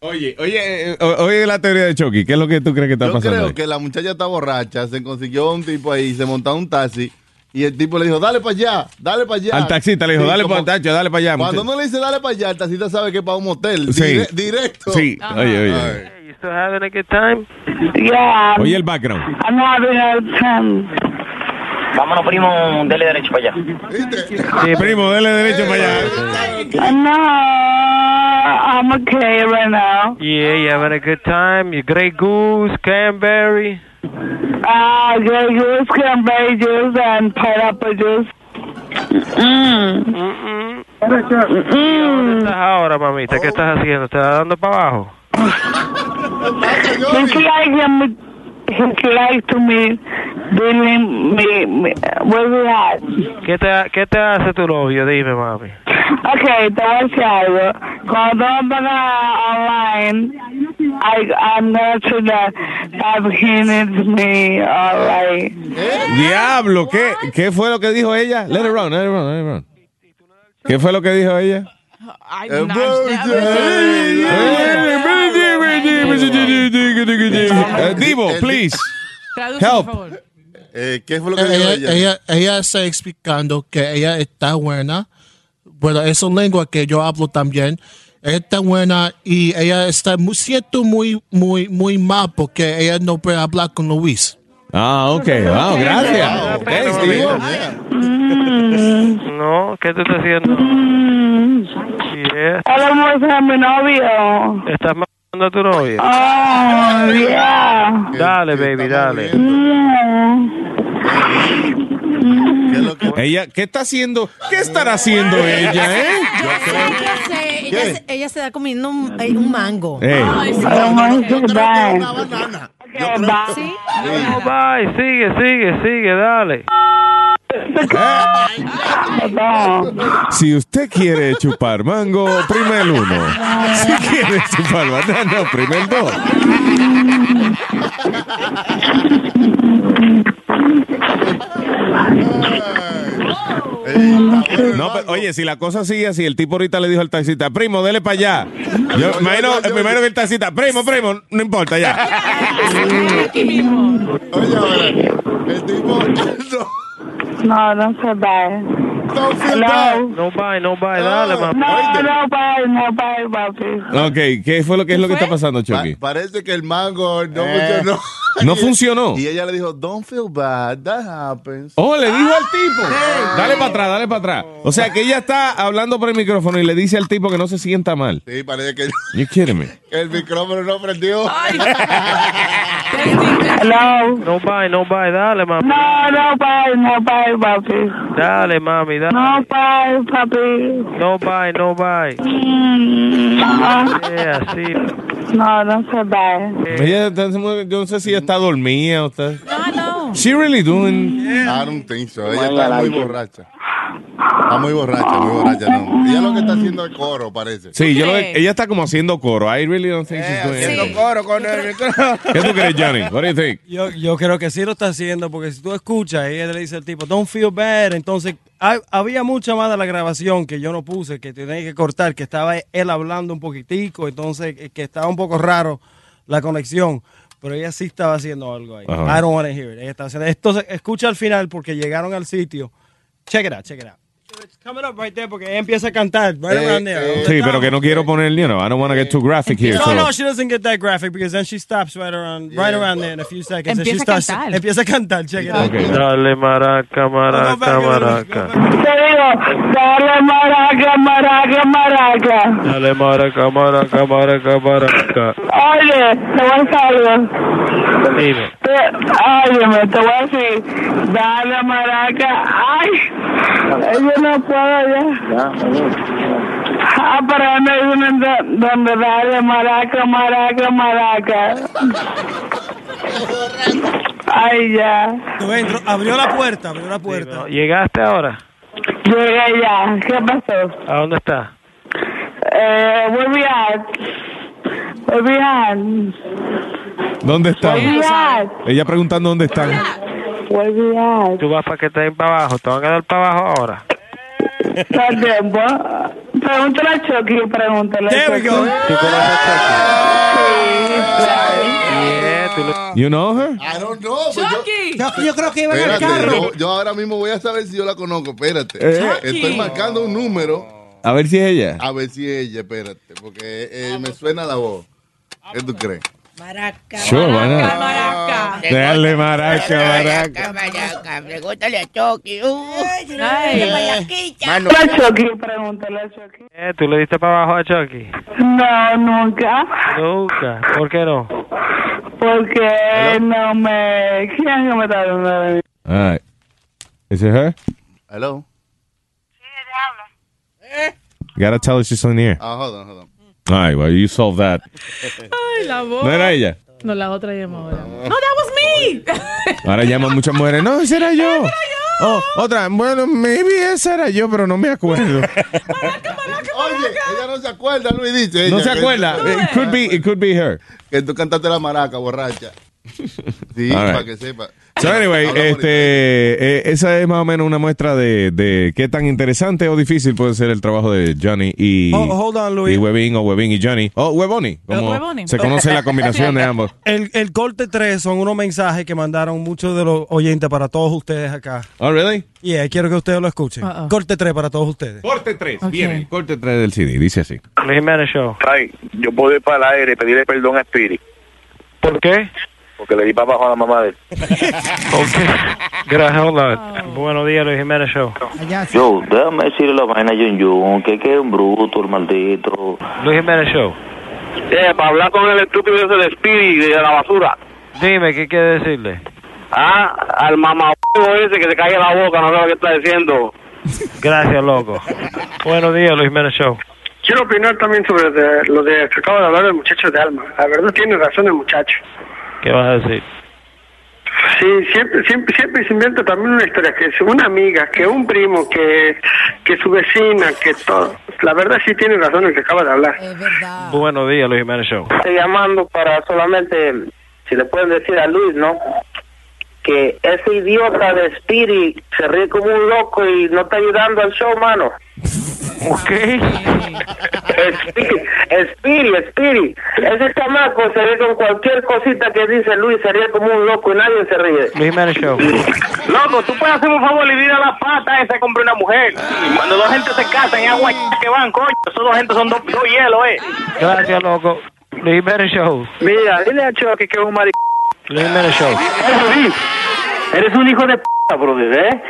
S4: Oye, oye, eh, o- oye la teoría de Chucky. ¿Qué es lo que tú crees que está
S3: Yo
S4: pasando?
S3: creo
S4: ahí?
S3: que la muchacha está borracha, se consiguió un tipo ahí, se montó un taxi y el tipo le dijo, dale para allá, dale para allá.
S4: Al taxista le dijo,
S3: Sí,
S4: dale
S3: como-
S4: para tacho, dale para allá.
S3: Cuando
S4: muchacho.
S3: uno le dice dale para allá, el taxista sabe que es para un motel.
S4: Sí.
S3: dire- directo.
S4: Sí, oye, oye.
S17: You still having a good time?
S24: Yeah,
S4: Oye el background.
S24: I'm having a good time.
S17: Vámonos, primo, dele derecho para allá.
S4: Sí, primo, dele derecho para allá.
S24: No, I'm okay right now.
S17: Yeah, you having a good time? You Grey Goose, Canberry.
S24: Uh, grey juice, cranberry juice, and pineapple juice. Mm.
S17: ¿Y dónde estás ahora, mamita? ¿Qué estás haciendo? ¿Te estás dando para abajo?
S24: He's like him. He's like to me, doing me, me. Where's that?
S17: ¿Qué te, ¿Qué te hace tu novio? Dime, mami.
S24: Okay, te voy a decir algo. Cuando vaya uh, online, I, I'm going to the that he needs me, alright.
S4: Diablo, ¿qué, ¿qué fue lo que dijo ella? Let it run, let it run, let it run. ¿Qué fue lo que dijo ella? Eh, Divo, please.
S5: Help.
S3: Eh, ¿Qué fue lo que dijo
S5: Ella,
S3: ella?
S5: ella, ella está explicando que ella está buena. Bueno, esa lengua que yo hablo también. Está buena y ella está muy, siento muy, muy, muy mal porque ella no puede hablar con Luis.
S4: Ah, ok. Wow, gracias. Thanks, Divo.
S24: Mm.
S17: No, ¿qué tú estás haciendo? Yeah.
S24: Él almuerza a mi novio.
S17: ¿Estás matando a tu novio?
S24: Oh, yeah.
S17: Dale, baby, dale.
S4: Ella, ¿qué está haciendo? ¿Qué estará haciendo ella, eh?
S12: Ella se, ella, se, ella se da comiendo un, eh, un mango.
S4: Ey.
S12: Ay, sí.
S24: ¿Sí?
S17: No, bye, sigue, sigue, sigue, dale.
S4: Si usted quiere chupar mango, prima el uno. Si quiere chupar banana, prima el dos. No, pero, oye, si la cosa sigue así, el tipo ahorita le dijo al taxista, primo, dele para allá. Yo imagino, me imagino que el taxista, primo, primo, no importa, ya.
S24: No, no se bye.
S3: Don't
S24: feel bad.
S17: No, bye, no, bye,
S24: Oh.
S17: dale, mami.
S24: No, no bye, no bye, papi.
S4: Ok, ¿qué fue lo que es lo que está pasando, Chucky?
S3: Parece que el mango no
S4: Eh.
S3: funcionó.
S4: No funcionó.
S3: Y ella le dijo, don't feel bad, that happens.
S4: Oh, le dijo al tipo. Dale para atrás, dale para atrás. O sea que ella está hablando por el micrófono y le dice al tipo que no se sienta mal.
S3: Sí, parece que
S4: You kidding me?
S3: el micrófono no prendió.
S24: Hello.
S17: No, bye, no, bye, dale, mami.
S24: No, no bye, no bye, papi.
S17: Dale, mami, dale.
S24: No bye, papi.
S17: No, bye, no, bye.
S24: Mm, no.
S17: Yeah, sí.
S24: No, no se bye.
S4: Ella está- se mueve- yo no sé si ella está dormida o está.
S12: No, no.
S4: She really doing.
S3: I don't think so. Ella está muy borracha. Está muy borracha, muy borracha. No. Ella lo que está haciendo es coro, parece.
S4: Sí, yo lo veo- ella está como haciendo coro. I really don't think
S3: Eh,
S4: she's doing anything.
S16: coro con el micrófono.
S4: ¿Qué tú crees, Johnny? What do you think?
S2: Yo, yo creo que sí lo está haciendo, porque si tú escuchas, ella le dice al tipo, don't feel bad. Entonces, hay- había mucha más de la grabación que yo no puse, que tenía que cortar, que estaba él hablando un poquitico, entonces, eh, que estaba un poco raro la conexión. Pero ella sí estaba haciendo algo ahí.
S4: Ajá.
S2: I don't want to hear it. Ella estaba haciendo- Entonces, escucha al final, porque llegaron al sitio. Check it out, check it out. It's coming up right there, porque ella empieza a cantar. Right around there.
S3: Eh,
S2: ¿Dónde
S4: Sí,
S2: está?
S4: pero que no quiero poner, you know, I don't want to get too graphic here.
S2: No,
S4: so-
S2: no, she doesn't get that graphic because then she stops right around, right around there in a few seconds. and she
S12: Empieza a
S2: starts,
S12: cantar.
S2: Empieza a cantar. Check it out.
S4: Okay.
S17: Dale, maraca, maraca, maraca.
S24: Te digo, dale maraca, maraca, maraca.
S17: Dale, maraca, maraca, maraca, maraca.
S24: Oye, te voy a decir algo.
S17: Dime.
S24: Te, óyeme, te voy a decir, dale maraca, ay, yo no puedo ya. Ah, pero ahí me dicen do- donde dale maraca, maraca, maraca. Ay, ya.
S38: abrió la puerta, abrió la puerta.
S17: ¿Llegaste ahora?
S24: Llegué ya, ¿qué pasó?
S17: ¿A dónde estás?
S24: Eh, volví a... Volví a...
S4: ¿Dónde están?
S24: Volví a...
S4: Ella preguntando dónde están.
S24: Volví a...
S17: Tú vas para que te den para abajo. Te van a dar para abajo ahora.
S24: Perdón, vos. Pregúntale a Chucky, pregúntale. There we go.
S4: You know her?
S3: I don't know. pues
S5: Yo, yo creo que
S3: Yo,
S5: iba en el
S3: espérate,
S5: carro.
S3: yo, yo ahora mismo voy a saber si yo la conozco. Espérate.
S4: Eh.
S3: Estoy marcando un número
S4: A ver si es ella.
S3: a ver si es ella, espérate, porque eh, me suena la voz. ¿Qué tú crees?
S4: Sure, why not? Dale maraca, maraca.
S15: Maraca, maraca, pregúntale a Chucky. Uh.
S17: Mano.
S24: Pregúntale a Chucky, pregúntale a Chucky.
S17: Eh, ¿Tú le diste para abajo a Chucky?
S24: No, nunca.
S17: Nunca. ¿Por qué no?
S24: Porque no me... ¿Quién que me está dando de mí?
S4: All right. Is it her?
S3: Hello.
S4: Gotta tell her she's on the air.
S3: Ah, hold on, hold on.
S4: All right, well, you solve that.
S6: Ay, la voz.
S4: No era ella.
S6: No, la otra llamó ahora. No, that was me.
S4: Ahora llaman muchas mujeres. No, ese era yo. Oh, otra. Bueno, maybe ese era yo, pero no me acuerdo.
S3: Oye, ella no se acuerda, Luis dice.
S4: No
S3: ella que-
S4: se acuerda. It could be, it could be her.
S3: Que tú cantaste la maraca, borracha. Sí,
S4: All right.
S3: para que sepa.
S4: So anyway, este, eh, esa es más o menos una muestra de, de qué tan interesante o difícil puede ser el trabajo de Johnny y,
S38: Oh, hold on, Luis. Oh,
S4: y Webin o Webin y Johnny. O Weboni, como
S38: Huevoni.
S4: se conoce la combinación de ambos.
S38: El, el corte 3 son unos mensajes que mandaron muchos de los oyentes para todos ustedes acá.
S4: Oh, really?
S38: Y quiero que ustedes lo escuchen. Corte 3 para todos ustedes.
S4: Corte 3, Pues, viene. El corte 3 del CD, dice así.
S17: Luis Jiménez Show.
S39: Ay, yo puedo ir para el aire y pedirle perdón a Spirit.
S17: ¿Por qué?
S39: Porque le di para abajo a la mamá de él.
S17: Gracias, hola. Buenos días, Luis Jiménez Show.
S37: Yo, déjame decirle la vaina a Jun Jun, que que es un bruto, el maldito.
S17: Luis Jiménez Show.
S37: Eh, para hablar con el estúpido ese de Speedy, de la basura.
S17: Dime, ¿qué quiere decirle?
S37: Ah, al mamá ese que se cae la boca, no sé lo que está diciendo.
S17: Gracias, loco. Buenos días, Luis Jiménez Show.
S31: Quiero opinar también sobre de- lo de que acaba de hablar el muchacho de Alma. La verdad tiene razón el muchacho.
S17: ¿Qué vas a decir?
S31: Sí, siempre, siempre, siempre se inventa también una historia, que es una amiga, que un primo, que, que su vecina, que todo. La verdad sí tiene razón el que acaba de hablar.
S17: Buenos días, Luis Jiménez Show.
S37: Eh, Estoy llamando para solamente, si le pueden decir a Luis, ¿no? Que ese idiota de Speedy se ríe como un loco y no está ayudando al show, mano. Spiri, Spiri, ese chamaco se ríe con cualquier cosita que dice Luis, se ríe como un loco y nadie se ríe.
S17: Luis Jiménez Show.
S37: Loco, tú puedes hacer un favor y dile a la pata esa compre una mujer. Cuando dos gente se casan, es agua que van, coño. Esos dos gente son dos, dos hielos, eh.
S17: Gracias, loco. Luis Jiménez Show.
S37: Mira, dile a Chucky que es un maricón.
S17: Luis Jiménez Show.
S37: Eres un hijo de p***, brother, ¿eh?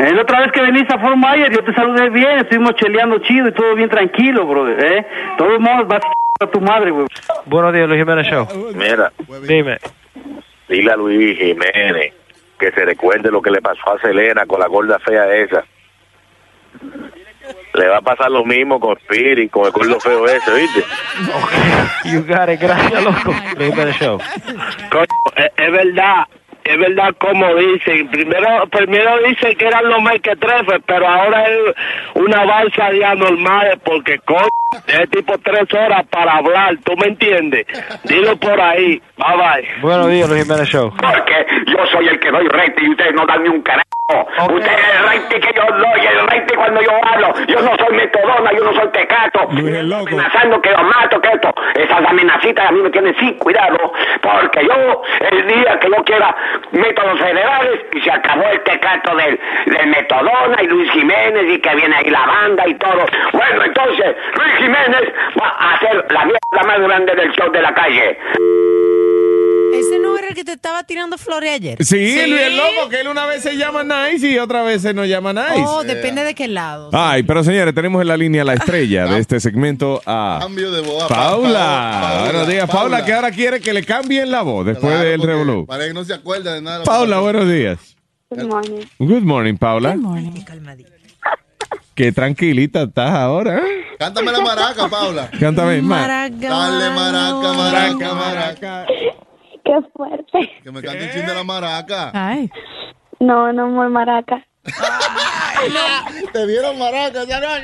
S37: Eh, La otra vez que veniste a Fort Myers, yo te saludé bien, estuvimos cheleando chido y todo bien tranquilo, brother, ¿eh? Todo modos vas a a tu madre, güey.
S17: Buenos días, Luis Jiménez Show.
S39: Mira,
S17: Dime.
S39: dile a Luis Jiménez que se recuerde lo que le pasó a Selena con la gorda fea esa. Le va a pasar lo mismo con Spirit, con el gordo feo ese, ¿viste?
S17: You got it. Gracias, loco. Luis Jiménez Show.
S37: Coño, es, es verdad, es verdad como dicen. Primero primero dicen que eran los mequetrefes, pero ahora es una balsa de anormales porque coño, es tipo tres horas para hablar, ¿tú me entiendes? Dilo por ahí, bye bye.
S17: Buenos días, Luis Jiménez Show.
S37: Porque yo soy el que doy rete y ustedes no dan ni un carajo. Ustedes el rete que yo doy, el rete cuando yo hablo. Yo no soy metodona, yo no soy tecato. Amenazando que los mato, que esto. Esas amenacitas a mí me tienen sin cuidado. Porque yo, el día que yo quiera, meto a los federales y se acabó el tecato del, del metodona y Luis Jiménez y que viene ahí la banda y todo. Bueno, entonces, Luis Jiménez va a hacer la mierda más grande del show de la calle.
S12: Ese no era el que te estaba tirando flores ayer.
S4: Sí, Luis el Lobo, que él una vez se llama Nice y otra vez se nos llama Nice.
S12: Oh, depende de qué lado.
S4: Ay, pero señores, tenemos en la línea la estrella de este segmento a
S3: Ah. Cambio de boda.
S4: Paula. buenos días, Paula,
S3: Paula.
S4: que ahora quiere que le cambien la voz después
S3: Claro,
S4: del
S3: porque
S4: revolú.
S3: Para que no se acuerde de nada.
S4: Paula, buenos días.
S24: Good morning.
S4: Good morning, Paula. Qué tranquilita estás ahora. ¿eh?
S3: Cántame la maraca, Paula.
S4: Cántame más.
S3: Dale maraca, maraca, maraca.
S24: Qué fuerte.
S3: Que me cante un chin de la maraca.
S24: No, no, muy maraca.
S3: Te vieron maraca, ya no. ya.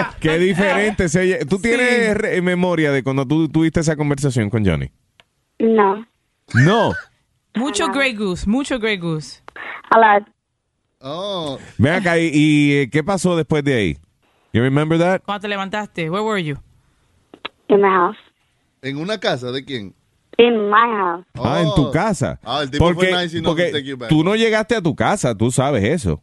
S4: Eh, qué diferente se oye. ¿Tú tienes re- eh, memoria de cuando tú tuviste esa conversación con Johnny?
S24: No.
S4: No.
S6: Mucho Grey Goose, mucho Grey Goose.
S24: A la
S3: Oh.
S4: Ven acá, ¿y, y, eh, qué pasó después de ahí? You remember that?
S6: Cuando te levantaste, where were you?
S24: In my house.
S3: ¿En una casa de quién?
S24: In my house.
S4: Ah, en tu casa.
S3: Ah, el tipo
S4: porque,
S3: fue nice y no
S4: porque
S3: take you back.
S4: tú no llegaste a tu casa, tú sabes eso.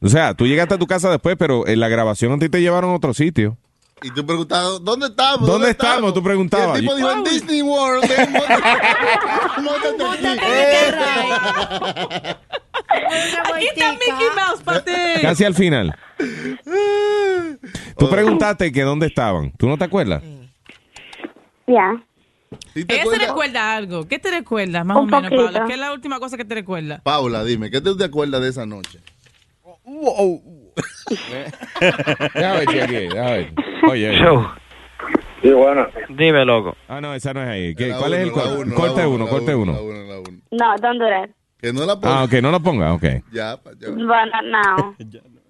S4: O sea, tú llegaste a tu casa después, pero en la grabación a ti te llevaron a otro sitio.
S3: Y tú preguntabas, ¿dónde estamos?
S4: ¿Dónde estamos? Tú preguntabas.
S3: Y el tipo dijo, en Disney World. en Mon- Móntate aquí.
S21: Aquí está Mickey Mouse para ti.
S4: Casi al final. Tú preguntaste que dónde estaban. ¿Tú no te acuerdas?
S24: Yeah.
S6: ¿Qué te recuerda algo? ¿Qué te recuerdas más
S24: Un
S6: o menos,
S24: poquito.
S6: Paula? ¿Qué es la última cosa que te recuerda?
S3: Paula, dime, ¿qué te, te acuerdas de esa noche?
S4: Déjame ver, Jackie, déjame ver. Oye, oye.
S17: Sí, bueno. Dime, loco.
S4: Ah, no, esa no es ahí. ¿Qué-
S3: La
S4: ¿Cuál es el
S3: uno, la
S4: corte?
S3: uno,
S4: Corte
S3: la
S4: uno,
S3: la
S4: corte uno.
S3: la uno.
S24: No, don't do that.
S3: Que no la pongas.
S4: Ah, ok, no lo ponga, ok.
S3: Ya, pa- ya.
S24: But not now.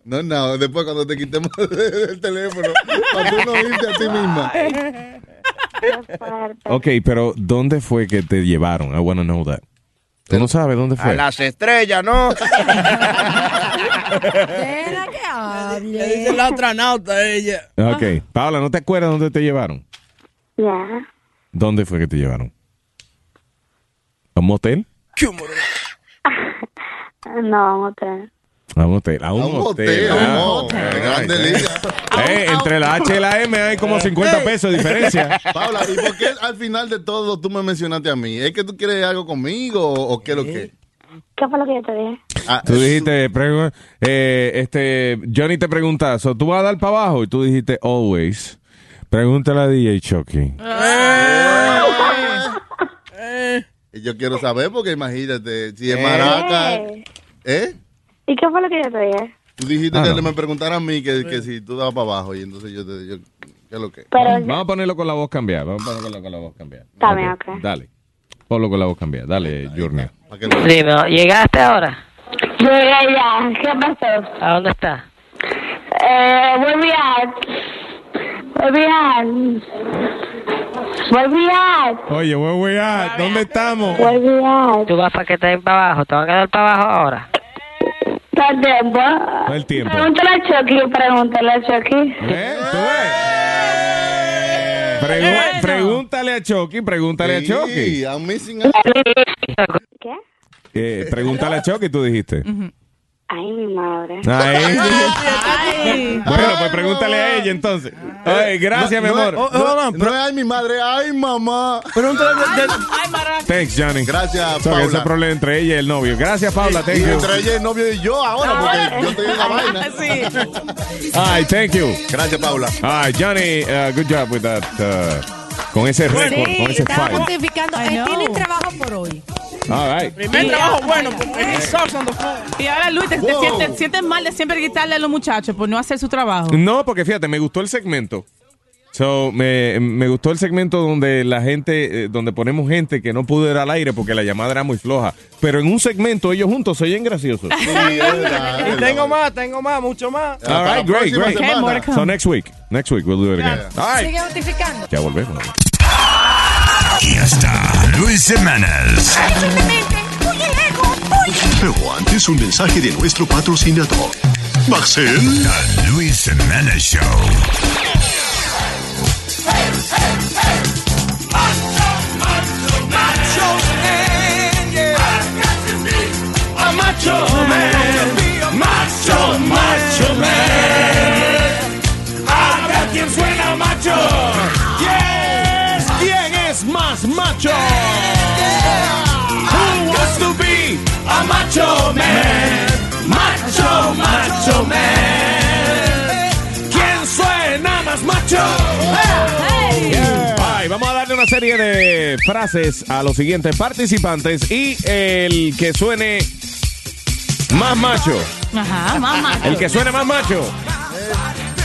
S3: No, no, después cuando te quitemos el teléfono, para tú no irte a ti misma.
S4: Ok, pero ¿dónde fue que te llevaron? I wanna know that. ¿Tú no sabes dónde
S27: A
S4: fue?
S27: las estrellas, ¿no?
S16: Le dice la astronauta ella.
S4: Ok, Paula, ¿no te acuerdas dónde te llevaron?
S24: Yeah.
S4: ¿Dónde fue que te llevaron? ¿A un motel?
S24: No, otra.
S4: A un hotel. A un, hotel.
S3: a un
S4: hotel. Eh, entre la H y la M hay como 50 pesos de diferencia.
S3: Eh. Paula, ¿y por qué al final de todo tú me mencionaste a mí? ¿Es que tú quieres algo conmigo o, o qué es lo que?
S24: ¿Qué fue lo que yo te dije?
S4: Tú dijiste, pregu- eh, este, Johnny te pregunta, "So, ¿tú vas a dar para abajo? Y tú dijiste, always. Pregúntale a DJ Chucky. Eh.
S3: Y Yo quiero saber porque imagínate, si es maraca, ¿eh?
S24: ¿Y qué fue lo que yo te dije?
S3: Tú dijiste
S4: Ah,
S3: que
S4: no.
S3: le me preguntara a mí que,
S4: Eh.
S3: que si tú dabas para abajo y entonces yo te yo, ¿qué es lo que?
S24: Pero
S4: vamos a ponerlo con la voz cambiada. Vamos a ponerlo con la, con la voz cambiada.
S24: Está bien, ok.
S4: Dale. Ponlo con la voz cambiada. Dale, Journey.
S11: Dime, ¿llegaste ahora?
S24: Llegué ya. ¿Qué pasó?
S11: ¿A dónde estás?
S24: Eh, volví a... Volví a... Volví a...
S4: Oye, where we at? ¿Dónde estamos?
S24: Volví a...
S11: ¿Tú vas para que te den para abajo? ¿Te van a dar para abajo ahora?
S24: Todo el tiempo.
S4: No el tiempo.
S24: Pregúntale a Chucky, pregúntale a Chucky.
S4: ¿Eh? ¿Tú
S3: ¡Eh!
S4: ves? Pregu- Pregúntale a Chucky, pregúntale a Chucky.
S3: I'm missing
S24: ¿Qué?
S4: Eh, pregúntale a Chucky, tú dijiste.
S24: Ay, mi madre.
S4: Ahí.
S24: Ay.
S4: Bueno, pues pregúntale a ella entonces. Oye, Eh, gracias, mi amor.
S3: Eh, No, es- no, no es ay mi madre, ay mamá.
S4: Thanks, Johnny.
S3: Gracias,
S4: So, que Ese es el problema entre ella y el novio. Gracias, Paula. Thank
S3: y
S4: you.
S3: entre ella el novio y yo ahora, porque yo estoy en la vaina.
S4: Ay, thank you.
S3: Gracias, Paula.
S4: Ay, Johnny, uh, good job with that. uh, con ese récord,
S12: Sí,
S4: con ese
S12: estaba
S4: fight.
S12: pontificando. Ahí tienen eh, trabajo por hoy.
S4: All right.
S6: Primer
S16: trabajo
S6: bueno, Y ahora Luis, te, te
S4: Wow.
S6: sientes, sientes mal de siempre gritarle a los muchachos por no hacer su trabajo.
S4: No, porque fíjate, me gustó el segmento. So, me, me gustó el segmento donde la gente, eh, donde ponemos gente que no pudo ir al aire porque la llamada era muy floja. Pero en un segmento ellos juntos se oyen graciosos.
S2: Y tengo más, tengo más, mucho más.
S4: All right, great, great. So next week, next week we'll do it again. All right,
S12: Sigue notificando.
S4: ya volvemos.
S1: Aquí está Luis Semanas.
S13: Pero antes un mensaje de nuestro patrocinador. Marcel.
S1: The Luis Semanas Show.
S21: Macho man, macho, macho man. Habrá quien suena macho. Yes, ¿quién es más macho? Macho Man, Macho, Macho Man. ¿Quién suena más macho?
S4: Ay, vamos a darle una serie de frases a los siguientes participantes y el que suene más macho,
S6: Ajá, mamá.
S4: el que suene más macho,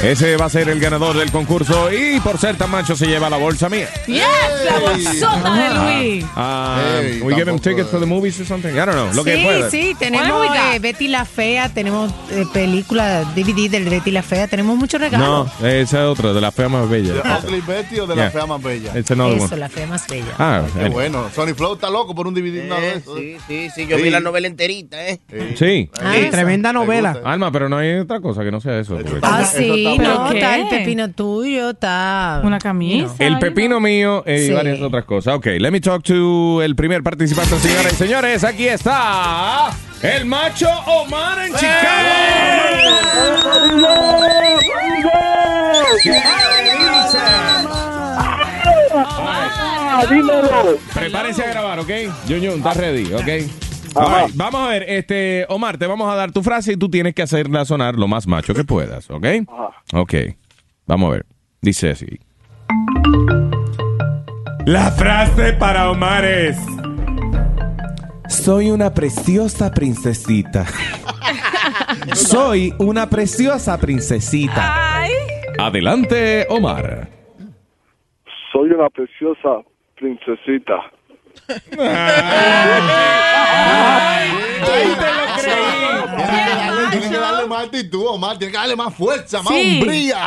S4: ese va a ser el ganador del concurso y por ser tan macho se lleva la bolsa mía.
S6: Yes, la bolsota de Luis.
S4: Ah, we give him tickets
S3: eh.
S4: for the movies or something. I don't know, lo que
S12: sí,
S4: pueda.
S12: sí, tenemos eh, Betty la Fea, tenemos eh, película DVD del Betty la Fea, tenemos muchos regalos.
S4: No, esa es otra, de las feas más bellas.
S3: ¿De Ugly Betty o de
S4: Yeah.
S3: la fea más bella?
S4: It's another
S12: Eso,
S4: one.
S12: la fea más bella.
S3: Ay,
S4: Ah,
S3: qué
S4: anyway.
S3: bueno. Sony Flow está loco por un DVD. una vez.
S27: Eh, Sí, sí, sí, yo vi la novela enterita, ¿eh?
S4: Sí.
S27: Ah, Sí. tremenda novela.
S4: Alma, pero no hay otra cosa que no sea eso. porque-
S12: Ah, sí,
S6: ¿Pero
S12: no,
S6: qué?
S12: está el pepino tuyo, está...
S6: Una camisa.
S4: El pepino mío eh, y
S12: Sí.
S4: varias otras cosas. Ok, let me talk to el primer participante, señoras y señores. Aquí está el macho Omar en
S21: Dímelo.
S4: Prepárense a grabar, ¿ok? Jun, ¿estás ready? ¿Ok? All right, vamos a ver, este, Omar, te vamos a dar tu frase y tú tienes que hacerla sonar lo más macho que puedas, ¿ok? Ok, vamos a ver. Dice así. La frase para Omar es... Soy una preciosa princesita. Soy una preciosa princesita.
S6: Ay.
S4: Adelante, Omar.
S14: Soy una preciosa princesita.
S3: Tienes que darle más actitud, Omar. Tienes que darle más fuerza, más
S14: Sí.
S3: hombría.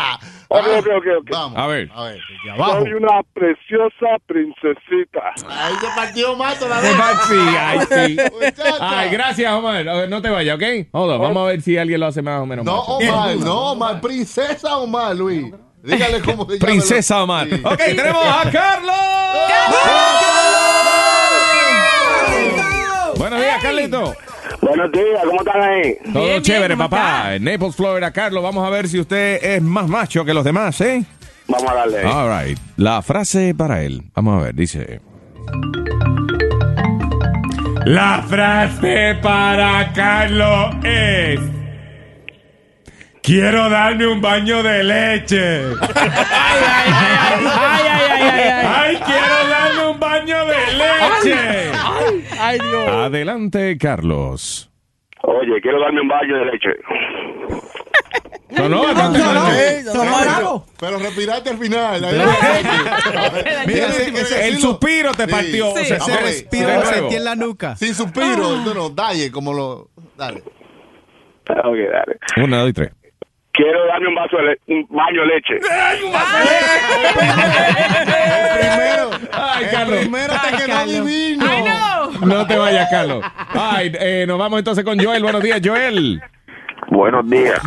S14: Ok, ok, ok. ok.
S4: A ver.
S3: A ver, desde abajo.
S14: Soy una preciosa princesita.
S3: Ahí se partió más todavía.
S4: Se va- sí, ay, sí.
S3: Muchacha.
S4: Ay, gracias, Omar. A ver, No te vayas, ¿ok? Hold on, vamos a ver si alguien lo hace más o menos.
S3: No,
S4: macho.
S3: Omar, no, Omar. Princesa Omar, Luis. Dígale cómo se llama.
S4: Princesa Omar. Ok, tenemos a Carlos. Buenos días, Carlito.
S18: Buenos días, ¿cómo están ahí?
S4: Todo chévere, papá. En Naples, Florida, Carlos, vamos a ver si usted es más macho que los demás, ¿eh?
S18: Vamos a darle.
S4: All right. La frase para él. Vamos a ver, dice. La frase para Carlos es. Quiero darme un baño de leche.
S21: Ay, ay, ay, ay, ay.
S4: quiero darme un baño de leche.
S21: Ay, ay, Dios.
S4: Adelante, Carlos.
S18: Oye, quiero darme un baño de leche.
S4: No, no, no, no, eh, no.
S3: Pero, pero respirate al final. Ahí
S4: Mira, el suspiro te partió.
S3: Sí.
S4: O sea,
S3: Vamos a
S4: ese
S3: ver.
S4: respiro lo sentí en
S3: la nuca. Sin suspiro. Ah. No, no, dale, como lo. Dale.
S18: Ok, dale.
S4: Una, dos y tres.
S18: Quiero darme un vaso de le- un baño de leche.
S4: Ay, Carlos.
S3: Primero hasta que no divino.
S4: No te vayas, Carlos. Ay, eh, nos vamos entonces con Joel. Buenos días, Joel.
S18: Buenos días.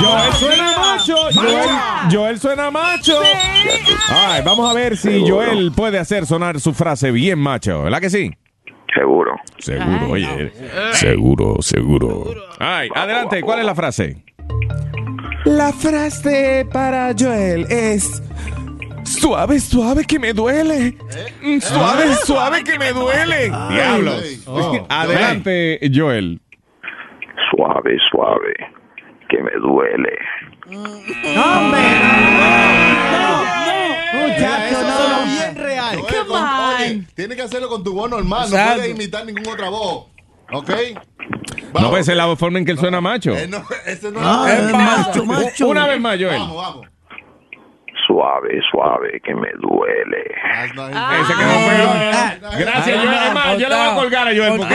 S4: Joel suena macho. Joel, Joel suena macho. Ay, vamos a ver si Joel puede hacer sonar su frase bien macho. ¿Verdad que sí?
S18: Seguro.
S4: Seguro, oye. Seguro, seguro. Ay, adelante. ¿Cuál es la frase?
S21: La frase para Joel eh, es suave, suave que me duele. Mm,
S3: ¿Eh?
S21: Suave, suave que me duele.
S4: Diablos. Oh,
S3: Oh.
S4: Adelante, Joel.
S18: Suave, suave. Que me duele.
S3: Muchacho,
S21: no, no.
S3: bien real. Oye, con- oye, tienes que hacerlo con tu voz normal. No
S4: Exacto.
S3: puedes imitar ninguna otra voz. ¿Ok?
S4: No puede ser la forma en que él suena macho.
S3: Eh, no, ese no
S4: Ah,
S3: es
S4: es macho, macho. Una vez más, Joel. Eh,
S3: Vamos, vamos.
S18: Suave, suave. Que me duele.
S4: Ese quedó bueno. Gracias, Joel. Es más, yo le voy a colgar a Joel porque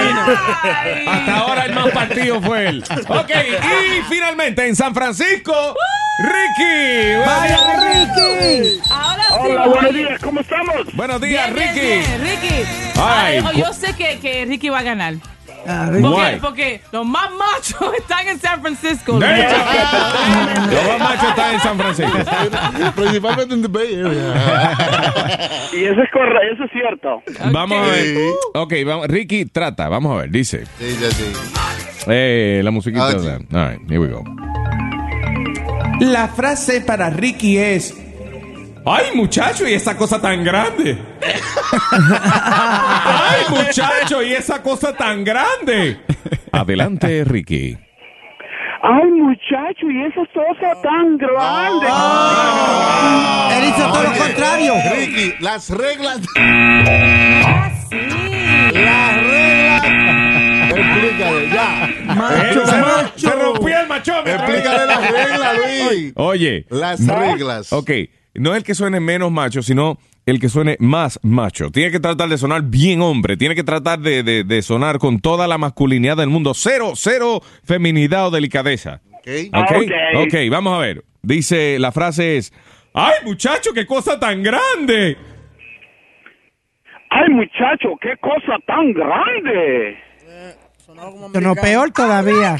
S4: hasta ahora el más partido fue él. Ok, y finalmente en San Francisco, Ricky.
S21: Vaya,
S4: Ricky!
S6: Ahora sí.
S4: Hola, buenos días,
S18: ¿cómo estamos?
S4: Buenos días,
S6: Bien, bien,
S4: Ricky.
S6: bien, Ricky.
S4: Ay,
S6: Ahora,
S4: cu-
S6: yo sé que, que Ricky va a ganar.
S4: Ricky.
S6: Porque,
S4: Why?
S6: porque los más machos están en San Francisco.
S4: Los más machos están en San Francisco.
S3: Principalmente en The Bay
S18: Y eso es correcto, eso es cierto.
S4: Vamos a ver. Ok, vamos. Ricky, trata. Vamos a ver, dice.
S3: Sí, sí, sí.
S4: Eh, la
S3: Ah,
S4: musiquita. All right, here we go.
S21: La frase para Ricky es
S4: ¡Ay, muchacho! ¿Y esa cosa tan grande? ¡Ay, muchacho! ¿Y esa cosa tan grande? Adelante, Ricky.
S26: Ay, muchacho, y esa cosa tan grande.
S5: Ah.
S3: Él hizo todo lo contrario. Ricky, las reglas. Explícale, ya.
S4: Macho,
S3: se,
S4: macho.
S3: se rompió el machómetro. Explícale las reglas, Luis.
S4: Oye.
S3: Las
S4: no-
S3: reglas.
S4: Ok, no el que suene menos macho, sino el que suene más macho. Tiene que tratar de sonar bien hombre. Tiene que tratar de, de- de sonar con toda la masculinidad del mundo. Cero, cero feminidad o delicadeza. Ok,
S1: Ok.
S4: ok, vamos a ver. Dice, la frase es, ¡ay muchacho, qué cosa tan grande!
S26: Ay, muchacho, qué cosa tan grande.
S27: Pero peor todavía.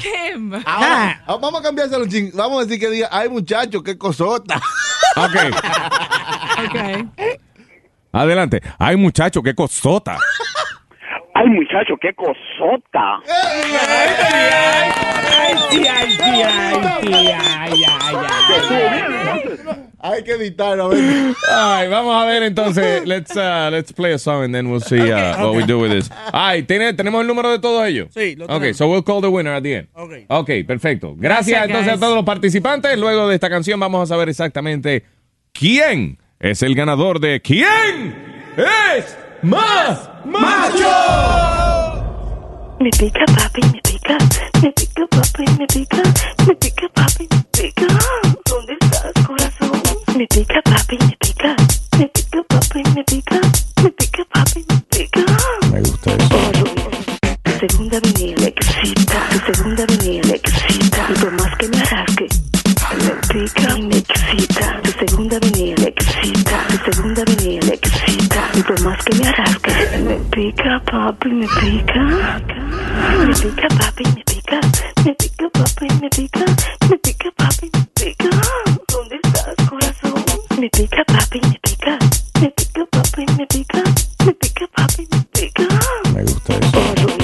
S3: Ahora, ah, vamos a cambiarse los ching. Vamos a decir que diga, ay muchacho, qué cosota.
S4: Ok. Adelante. ¡Ay muchacho, qué cosota!
S26: Ay, muchacho, qué cosota.
S3: Eh.
S21: Ay, sí, ay, sí, ay, sí, ay, ay,
S3: Hay que editar, a ver.
S4: Ay, vamos a ver entonces. Let's uh, let's play a song and then we'll see uh,
S3: Okay,
S4: what
S3: okay.
S4: we do with this. Ay, ¿tiene, tenemos el número de todos ellos.
S3: Sí, lo
S4: Okay,
S3: tenemos.
S4: so we'll call the winner at the end. Okay. perfecto. Gracias,
S3: Gracias,
S4: entonces
S3: guys.
S4: a todos los participantes. Luego de esta canción vamos a saber exactamente quién es el ganador de quién es más macho.
S21: Me pica papi, me pica, me pica papi, me pica, me pica papi, me pica. ¿Dónde estás, corazón? Me pica papi, me pica, me pica papi, me pica, me pica papi, me pica. Me gusta eso. tu segunda venida me excita, tu segunda venida me excita. Y por más que me arrasque, me pica y me excita. Tu segunda venida me excita, tu segunda venida me excita. Y por más que me arrasque, me pica papi, me pica. Me pica papi, me pica, me pica papi, me pica, me pica papi, me pica. ¿Dónde estás, corazón? Me pica papi, me pica, me pica papi, me pica, me pica papi, me pica. Me gusta eso.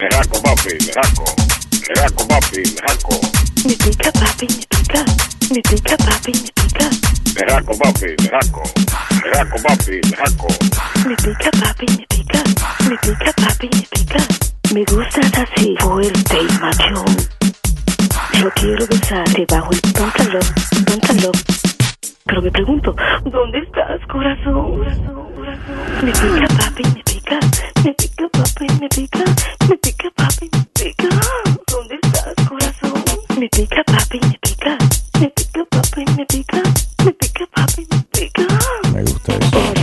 S18: Me raco, papi, me raco. Me raco, papi, me raco.
S21: Me pica papi, me pica, me pica papi, me pica,
S18: Me raco, papi, me raco. Me raco, papi, me raco.
S21: me pica papi, me pica, me pica papi, me pica. Me gustas así, fuerte y machón. Yo quiero besarte bajo el pantalón, pantalón. Pero me pregunto, ¿dónde estás, corazón? Me pica papi, me pica, me pica papi, me pica, me pica papi, me pica. ¿Dónde estás, corazón? Me pica papi, me pica, me pica papi, me pica, me pica papi, me pica. Me gusta eso.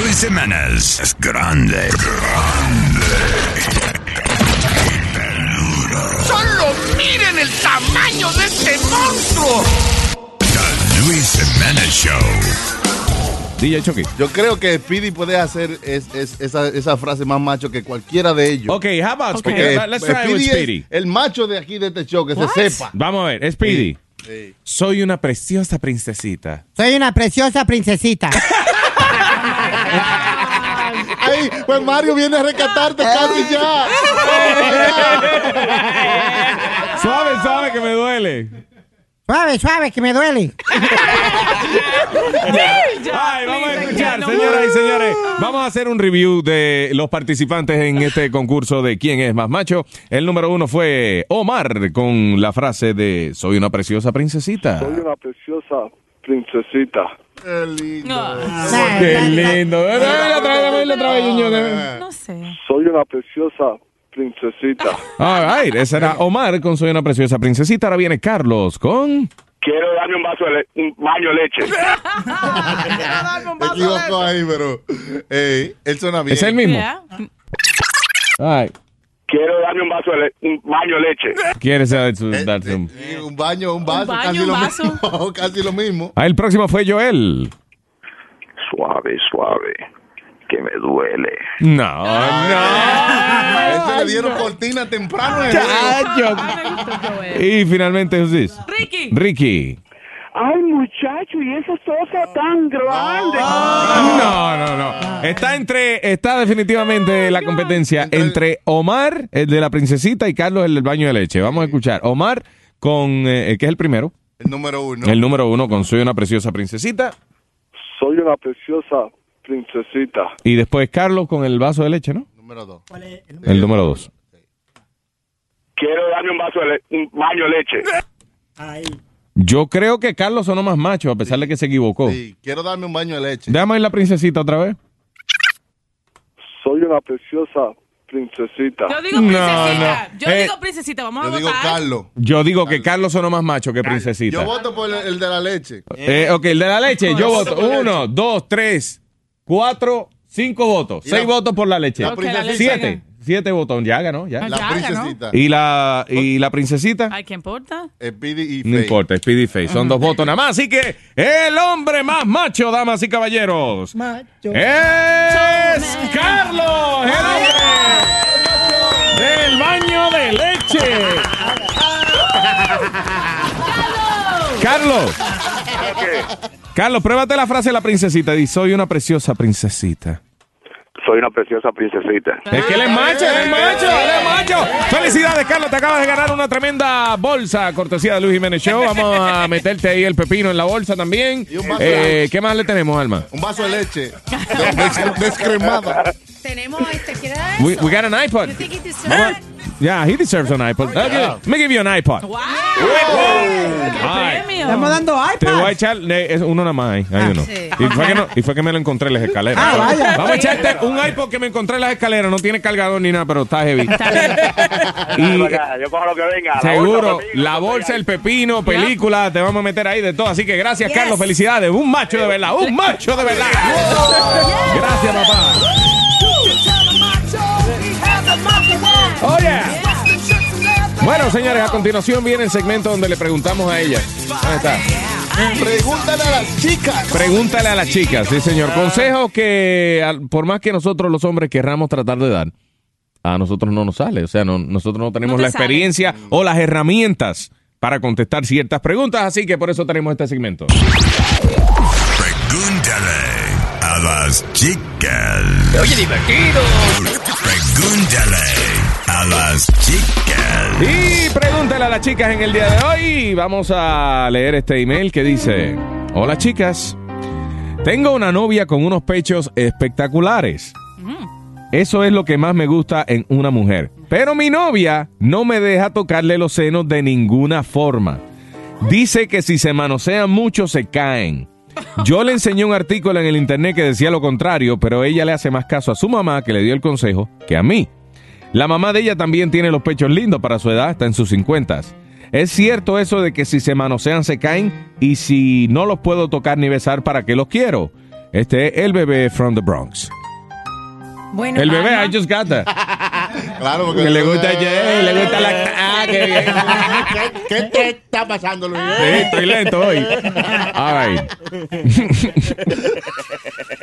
S1: Luis Semanas es grande. Grande.
S21: Solo miren el tamaño de este monstruo.
S1: The Luis Semanas Show.
S4: DJ Chucky.
S3: Yo creo que Speedy puede hacer es- es- esa, esa frase más macho que cualquiera de ellos.
S4: Ok, how about Speedy? Let- let's try
S3: Speedy
S4: with
S3: es
S4: Speedy.
S3: el macho de aquí de este show, que se sepa.
S4: Vamos a ver, Speedy.
S3: Sí.
S4: Soy una preciosa princesita.
S30: Soy una preciosa princesita.
S3: Ay, pues Mario viene a rescatarte casi ya.
S4: Suave, suave que me duele.
S30: Suave, suave, que me duele.
S4: Ay, vamos a escuchar, señoras y señores. Vamos a hacer un review de los participantes en este concurso de quién es más macho. El número uno fue Omar con la frase de Soy una preciosa princesita.
S14: Soy una preciosa princesita.
S3: Qué lindo.
S18: Ah.
S4: Qué lindo. Dale, dale, otra vez, dale, otra vez, Ñuño, dale.
S6: No sé.
S14: Soy una preciosa princesita.
S4: All right, ese era Omar con Soy una preciosa princesita. Ahora viene Carlos con.
S18: Quiero darme un vaso de le- un baño de leche.
S3: Me equivoco ahí, pero eh, él suena bien.
S4: Es el mismo. Ay,
S18: Quiero darme un vaso de le- un baño de leche.
S4: quieres dar su-
S18: Este.
S4: darse un-
S3: Sí, Un baño, un vaso,
S18: baño,
S3: casi
S18: un
S3: lo
S18: vaso.
S3: mismo. casi lo mismo.
S4: Ah, el próximo fue Joel.
S18: Suave, suave. Que me duele.
S4: No, no.
S3: Ese le dieron cortina temprano. eh. en el
S4: Chacho. Y finalmente, who's this?
S18: Ricky.
S4: Ricky.
S26: Ay, muchacho, y esa cosa tan grande.
S4: Ah. No, no, no. Está entre, está definitivamente la competencia entre Omar, el de la princesita, y Carlos, el del baño de leche. Vamos a escuchar. Omar con, eh, que es el primero.
S3: El número uno.
S4: El número uno con Soy una preciosa princesita.
S14: Soy una preciosa princesita.
S4: Y después Carlos con el vaso de leche, ¿no?
S3: Número dos.
S4: El número dos.
S18: Quiero darme un vaso de le- un baño de leche.
S4: Yo creo que Carlos sonó más macho, a pesar de que se equivocó.
S3: Quiero darme un baño de leche.
S4: Déjame ir la princesita otra vez.
S14: Soy una preciosa princesita.
S6: Yo digo
S4: No,
S6: princesita.
S4: no.
S6: Yo
S4: Eh,
S6: digo princesita. Vamos a votar.
S4: Yo digo que Carlos sonó más macho que princesita.
S3: Yo voto por el, el de la leche.
S4: Eh, ok, el de la leche, yo voto. Uno, dos, tres, cuatro, cinco votos.
S3: Y
S4: Seis
S3: la-
S4: votos por la leche.
S3: la Ok, la princesita. leche.
S4: Siete. Siete votos. Ya ganó, ya.
S3: La princesita.
S4: Y la, y la princesita.
S6: Ay, ¿qué importa?
S3: Speedy y
S4: No
S3: Faye.
S4: importa, Speedy Face. Son dos votos nada más. Así que el hombre más macho, damas y caballeros. Es Carlos, el hombre del baño de leche. Carlos. Carlos, pruébate la frase de la princesita. Dice, soy una preciosa princesita.
S18: Soy una preciosa princesita.
S4: Es que él es macho, él es macho, él es macho. Felicidades, Carlos. Te acabas de ganar una tremenda bolsa, cortesía de Luis Jiménez Show. Vamos a meterte ahí el pepino en la bolsa también.
S3: un vaso.
S4: Eh, ¿Qué más le tenemos, Alma?
S3: Un vaso de leche. De- des- descremada.
S12: Tenemos este, ¿quiere dar
S4: We,
S12: eso?
S4: we got an iPod.
S12: You think it deserves-
S4: Vamos a- Yeah, he deserves an iPod. Okay, Let me give you an iPod. Ay.
S30: Estamos dando
S4: Te voy a
S30: iPad.
S4: echar ne- es uno nada más ahí, hay uno.
S30: sí.
S4: Y, fue que no- y fue que me lo encontré en las escaleras.
S30: Ah, vaya.
S4: Vamos a echarte un iPod que me encontré en las escaleras. No tiene cargador ni nada, pero está heavy. Y-
S18: yo cojo lo que venga. la
S4: Seguro,
S18: bolsa,
S4: la bolsa, el pepino, película, te vamos a meter ahí de todo. Así que gracias, Carlos, felicidades. Un macho de verdad, un macho de verdad. Gracias, papá. Oh, yeah. Bueno, señores, a continuación viene el segmento donde le preguntamos a ella. ¿Dónde está?
S3: Pregúntale a las chicas.
S4: Pregúntale a las chicas, sí, señor. Consejos que, al- por más que nosotros los hombres querramos tratar de dar, a nosotros no nos sale. O sea, no- nosotros no tenemos
S5: No te
S4: la
S5: sale.
S4: experiencia o las herramientas para contestar ciertas preguntas. Así que por eso tenemos este segmento.
S1: Pregúntale a las chicas.
S4: Oye,
S1: divertido. Pregúntale a las chicas.
S4: Y pregúntale a las chicas en el día de hoy. Vamos a leer este email que dice: Hola chicas, tengo una novia con unos pechos espectaculares. Eso es lo que más me gusta en una mujer. Pero mi novia no me deja tocarle los senos de ninguna forma. Dice que si se manosean mucho se caen. Yo le enseñé un artículo en el internet que decía lo contrario, pero ella le hace más caso a su mamá que le dio el consejo que a mí. La mamá de ella también tiene los pechos lindos para su edad, está en sus 50. Es cierto eso de que si se manosean se caen y si no los puedo tocar ni besar, ¿para qué los quiero? Este es el bebé from the Bronx.
S12: Bueno,
S4: el bebé,
S12: Alma.
S4: I just got that.
S3: Claro,
S4: porque le gusta a Jay, le gusta la... Ah, qué bien.
S3: ¿Qué, qué te está pasando, Luis?
S4: Sí, estoy lento hoy. All right.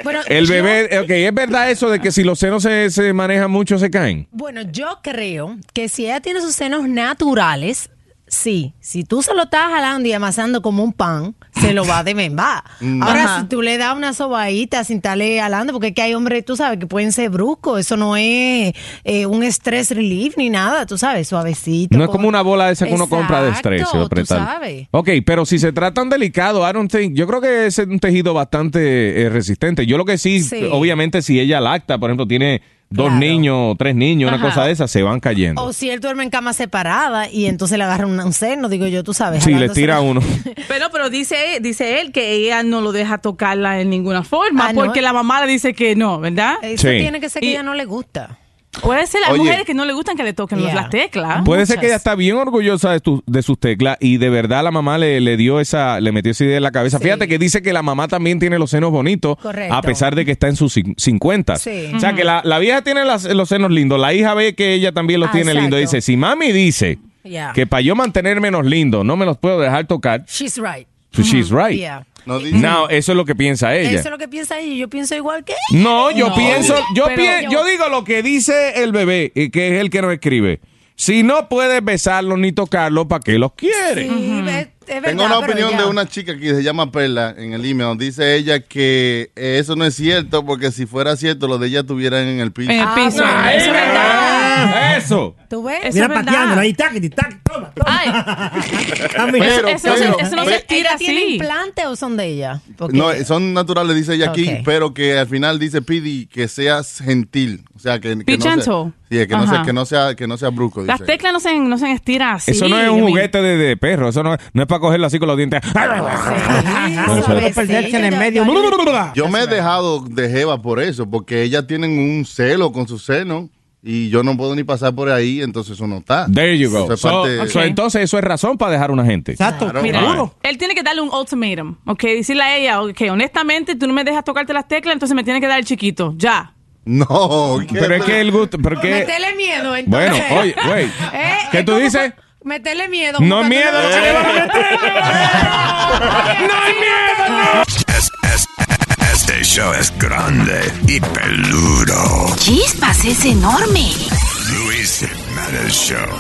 S12: Bueno,
S4: El
S12: yo-
S4: bebé, ok, ¿es verdad eso de que si los senos se, se manejan mucho se caen?
S12: Bueno, yo creo que si ella tiene sus senos naturales, sí. Si tú se lo estás jalando y amasando como un pan, se lo va a demembar.
S21: Mm.
S12: Ahora,
S21: Ajá.
S12: si tú le das una sobadita sin estarle jalando, porque es que hay hombres, tú sabes, que pueden ser bruscos. Eso no es eh, un stress relief ni nada, tú sabes, suavecito.
S4: No es como una bola esa que uno compra de
S12: Exacto,
S4: estrés.
S12: tú
S4: apretar.
S12: sabes.
S4: Ok, pero si se tratan delicado, I don't think- yo creo que es un tejido bastante eh, resistente. Yo lo que sí,
S12: Sí.
S4: obviamente, si ella lacta, por ejemplo, tiene dos niños o tres niños,
S12: Ajá.
S4: una cosa de esas, se van cayendo.
S12: O si él duerme en cama separada y entonces le agarra un, un seno, digo yo, tú sabes.
S4: si le
S12: jalándose-
S4: tira uno.
S6: Pero, pero dice, dice él que ella no lo deja tocarla en ninguna
S12: Ah,
S6: forma porque la mamá le dice que no, ¿verdad?
S4: Eso Sí. tiene
S12: que ser
S6: que
S12: ella no le gusta.
S6: Puede ser las
S4: Oye.
S6: mujeres que no le gustan que le toquen los- las
S12: Ah,
S6: teclas.
S4: Puede ser que ella está bien orgullosa de, tu- de sus teclas y de verdad la mamá le, le dio esa, le metió esa idea en la cabeza. Fíjate que dice que la mamá también tiene los senos bonitos,
S5: Correcto.
S4: a pesar de que está en sus cin- 50.
S5: Sí.
S4: O sea, que la, la vieja tiene las- los senos lindos, la hija ve que ella también los
S12: Ah,
S4: tiene lindos.
S12: exacto.
S4: Dice, si mami dice
S12: Yeah.
S4: que para yo mantenerme los lindos no me los puedo dejar tocar,
S12: She's right.
S4: so she's right.
S12: Yeah.
S4: No, eso es lo que piensa ella.
S12: Eso es lo que piensa ella. Yo pienso igual que ella.
S4: No, yo pienso, yo,
S12: Pero-
S4: pien- yo digo lo que dice el bebé, y que es el que nos escribe. Si no puedes besarlo ni tocarlo, ¿para qué los quieres?
S12: Sí, ve- es
S3: Tengo
S12: verdad,
S3: una
S12: pero
S3: opinión
S12: ya.
S3: de una chica que se llama Perla en el email. Dice ella que eh, eso no es cierto porque si fuera cierto, lo de ella estuvieran en el piso.
S6: En el piso.
S3: Ah,
S15: Ah,
S6: Eso es verdad.
S4: Ah, Eso.
S12: ¿Tú ves?
S6: Eso
S12: Mira,
S6: es verdad.
S15: pateándola ahí, tac, tac, toma, Ah, toma.
S3: Pero,
S12: eso, no se-
S3: pero,
S12: eso no se
S3: pero-
S12: tira
S6: ¿Ella
S12: así.
S6: tiene
S12: implante o son de ella?
S3: No, son naturales, dice ella aquí,
S12: Ok.
S3: pero que al final dice Pidi que seas gentil. O sea, que, que no sea,
S6: Pichanzo.
S3: sí, que no
S6: Ajá.
S3: sea, que no sea, que no sea bruco, dice.
S6: Las teclas no se, no se estiran así.
S4: Eso no es
S6: I
S4: un
S6: mean.
S4: juguete de, de perro, eso no, no es para cogerlo así con los dientes.
S3: Eso
S4: Eso es.
S3: es.
S5: Perderse en el medio.
S3: Yo me he dejado de jeva por eso, porque ellas tienen un celo con su seno y yo no puedo ni pasar por ahí, entonces eso no está.
S4: There you go.
S3: Eso es
S4: So-
S3: parte-
S4: so entonces eso es razón para dejar a una gente. Exacto.
S6: Mira, él tiene que darle un ultimatum, ¿ok? Decirle a ella, ok, honestamente, tú no me dejas tocarte las teclas, entonces me tienes que dar el chiquito, ya.
S3: No,
S4: pero es que el gusto, porque
S12: Metele miedo,
S4: bueno,
S12: entonces.
S4: oye, güey,
S12: Eh,
S4: ¿qué tú dices?
S12: Metele miedo.
S4: No
S12: buscando
S4: miedo,
S12: una-
S4: lo que le van a
S1: Es- es- este show es grande y peludo.
S40: Chispas, es enorme.
S1: Luis Jiménez Show.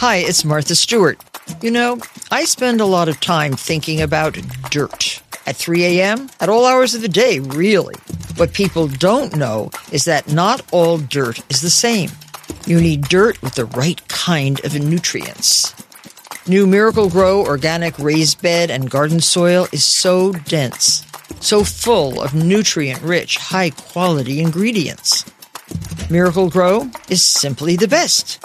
S41: Hi, it's Martha Stewart. You know, I spend a lot of time thinking about dirt at 3 a.m., at all hours of the day, really. What people don't know is that not all dirt is the same. You need dirt with the right kind of nutrients. New Miracle Grow organic raised bed and garden soil is so dense, so full of nutrient rich, high quality ingredients. Miracle Grow is simply the best.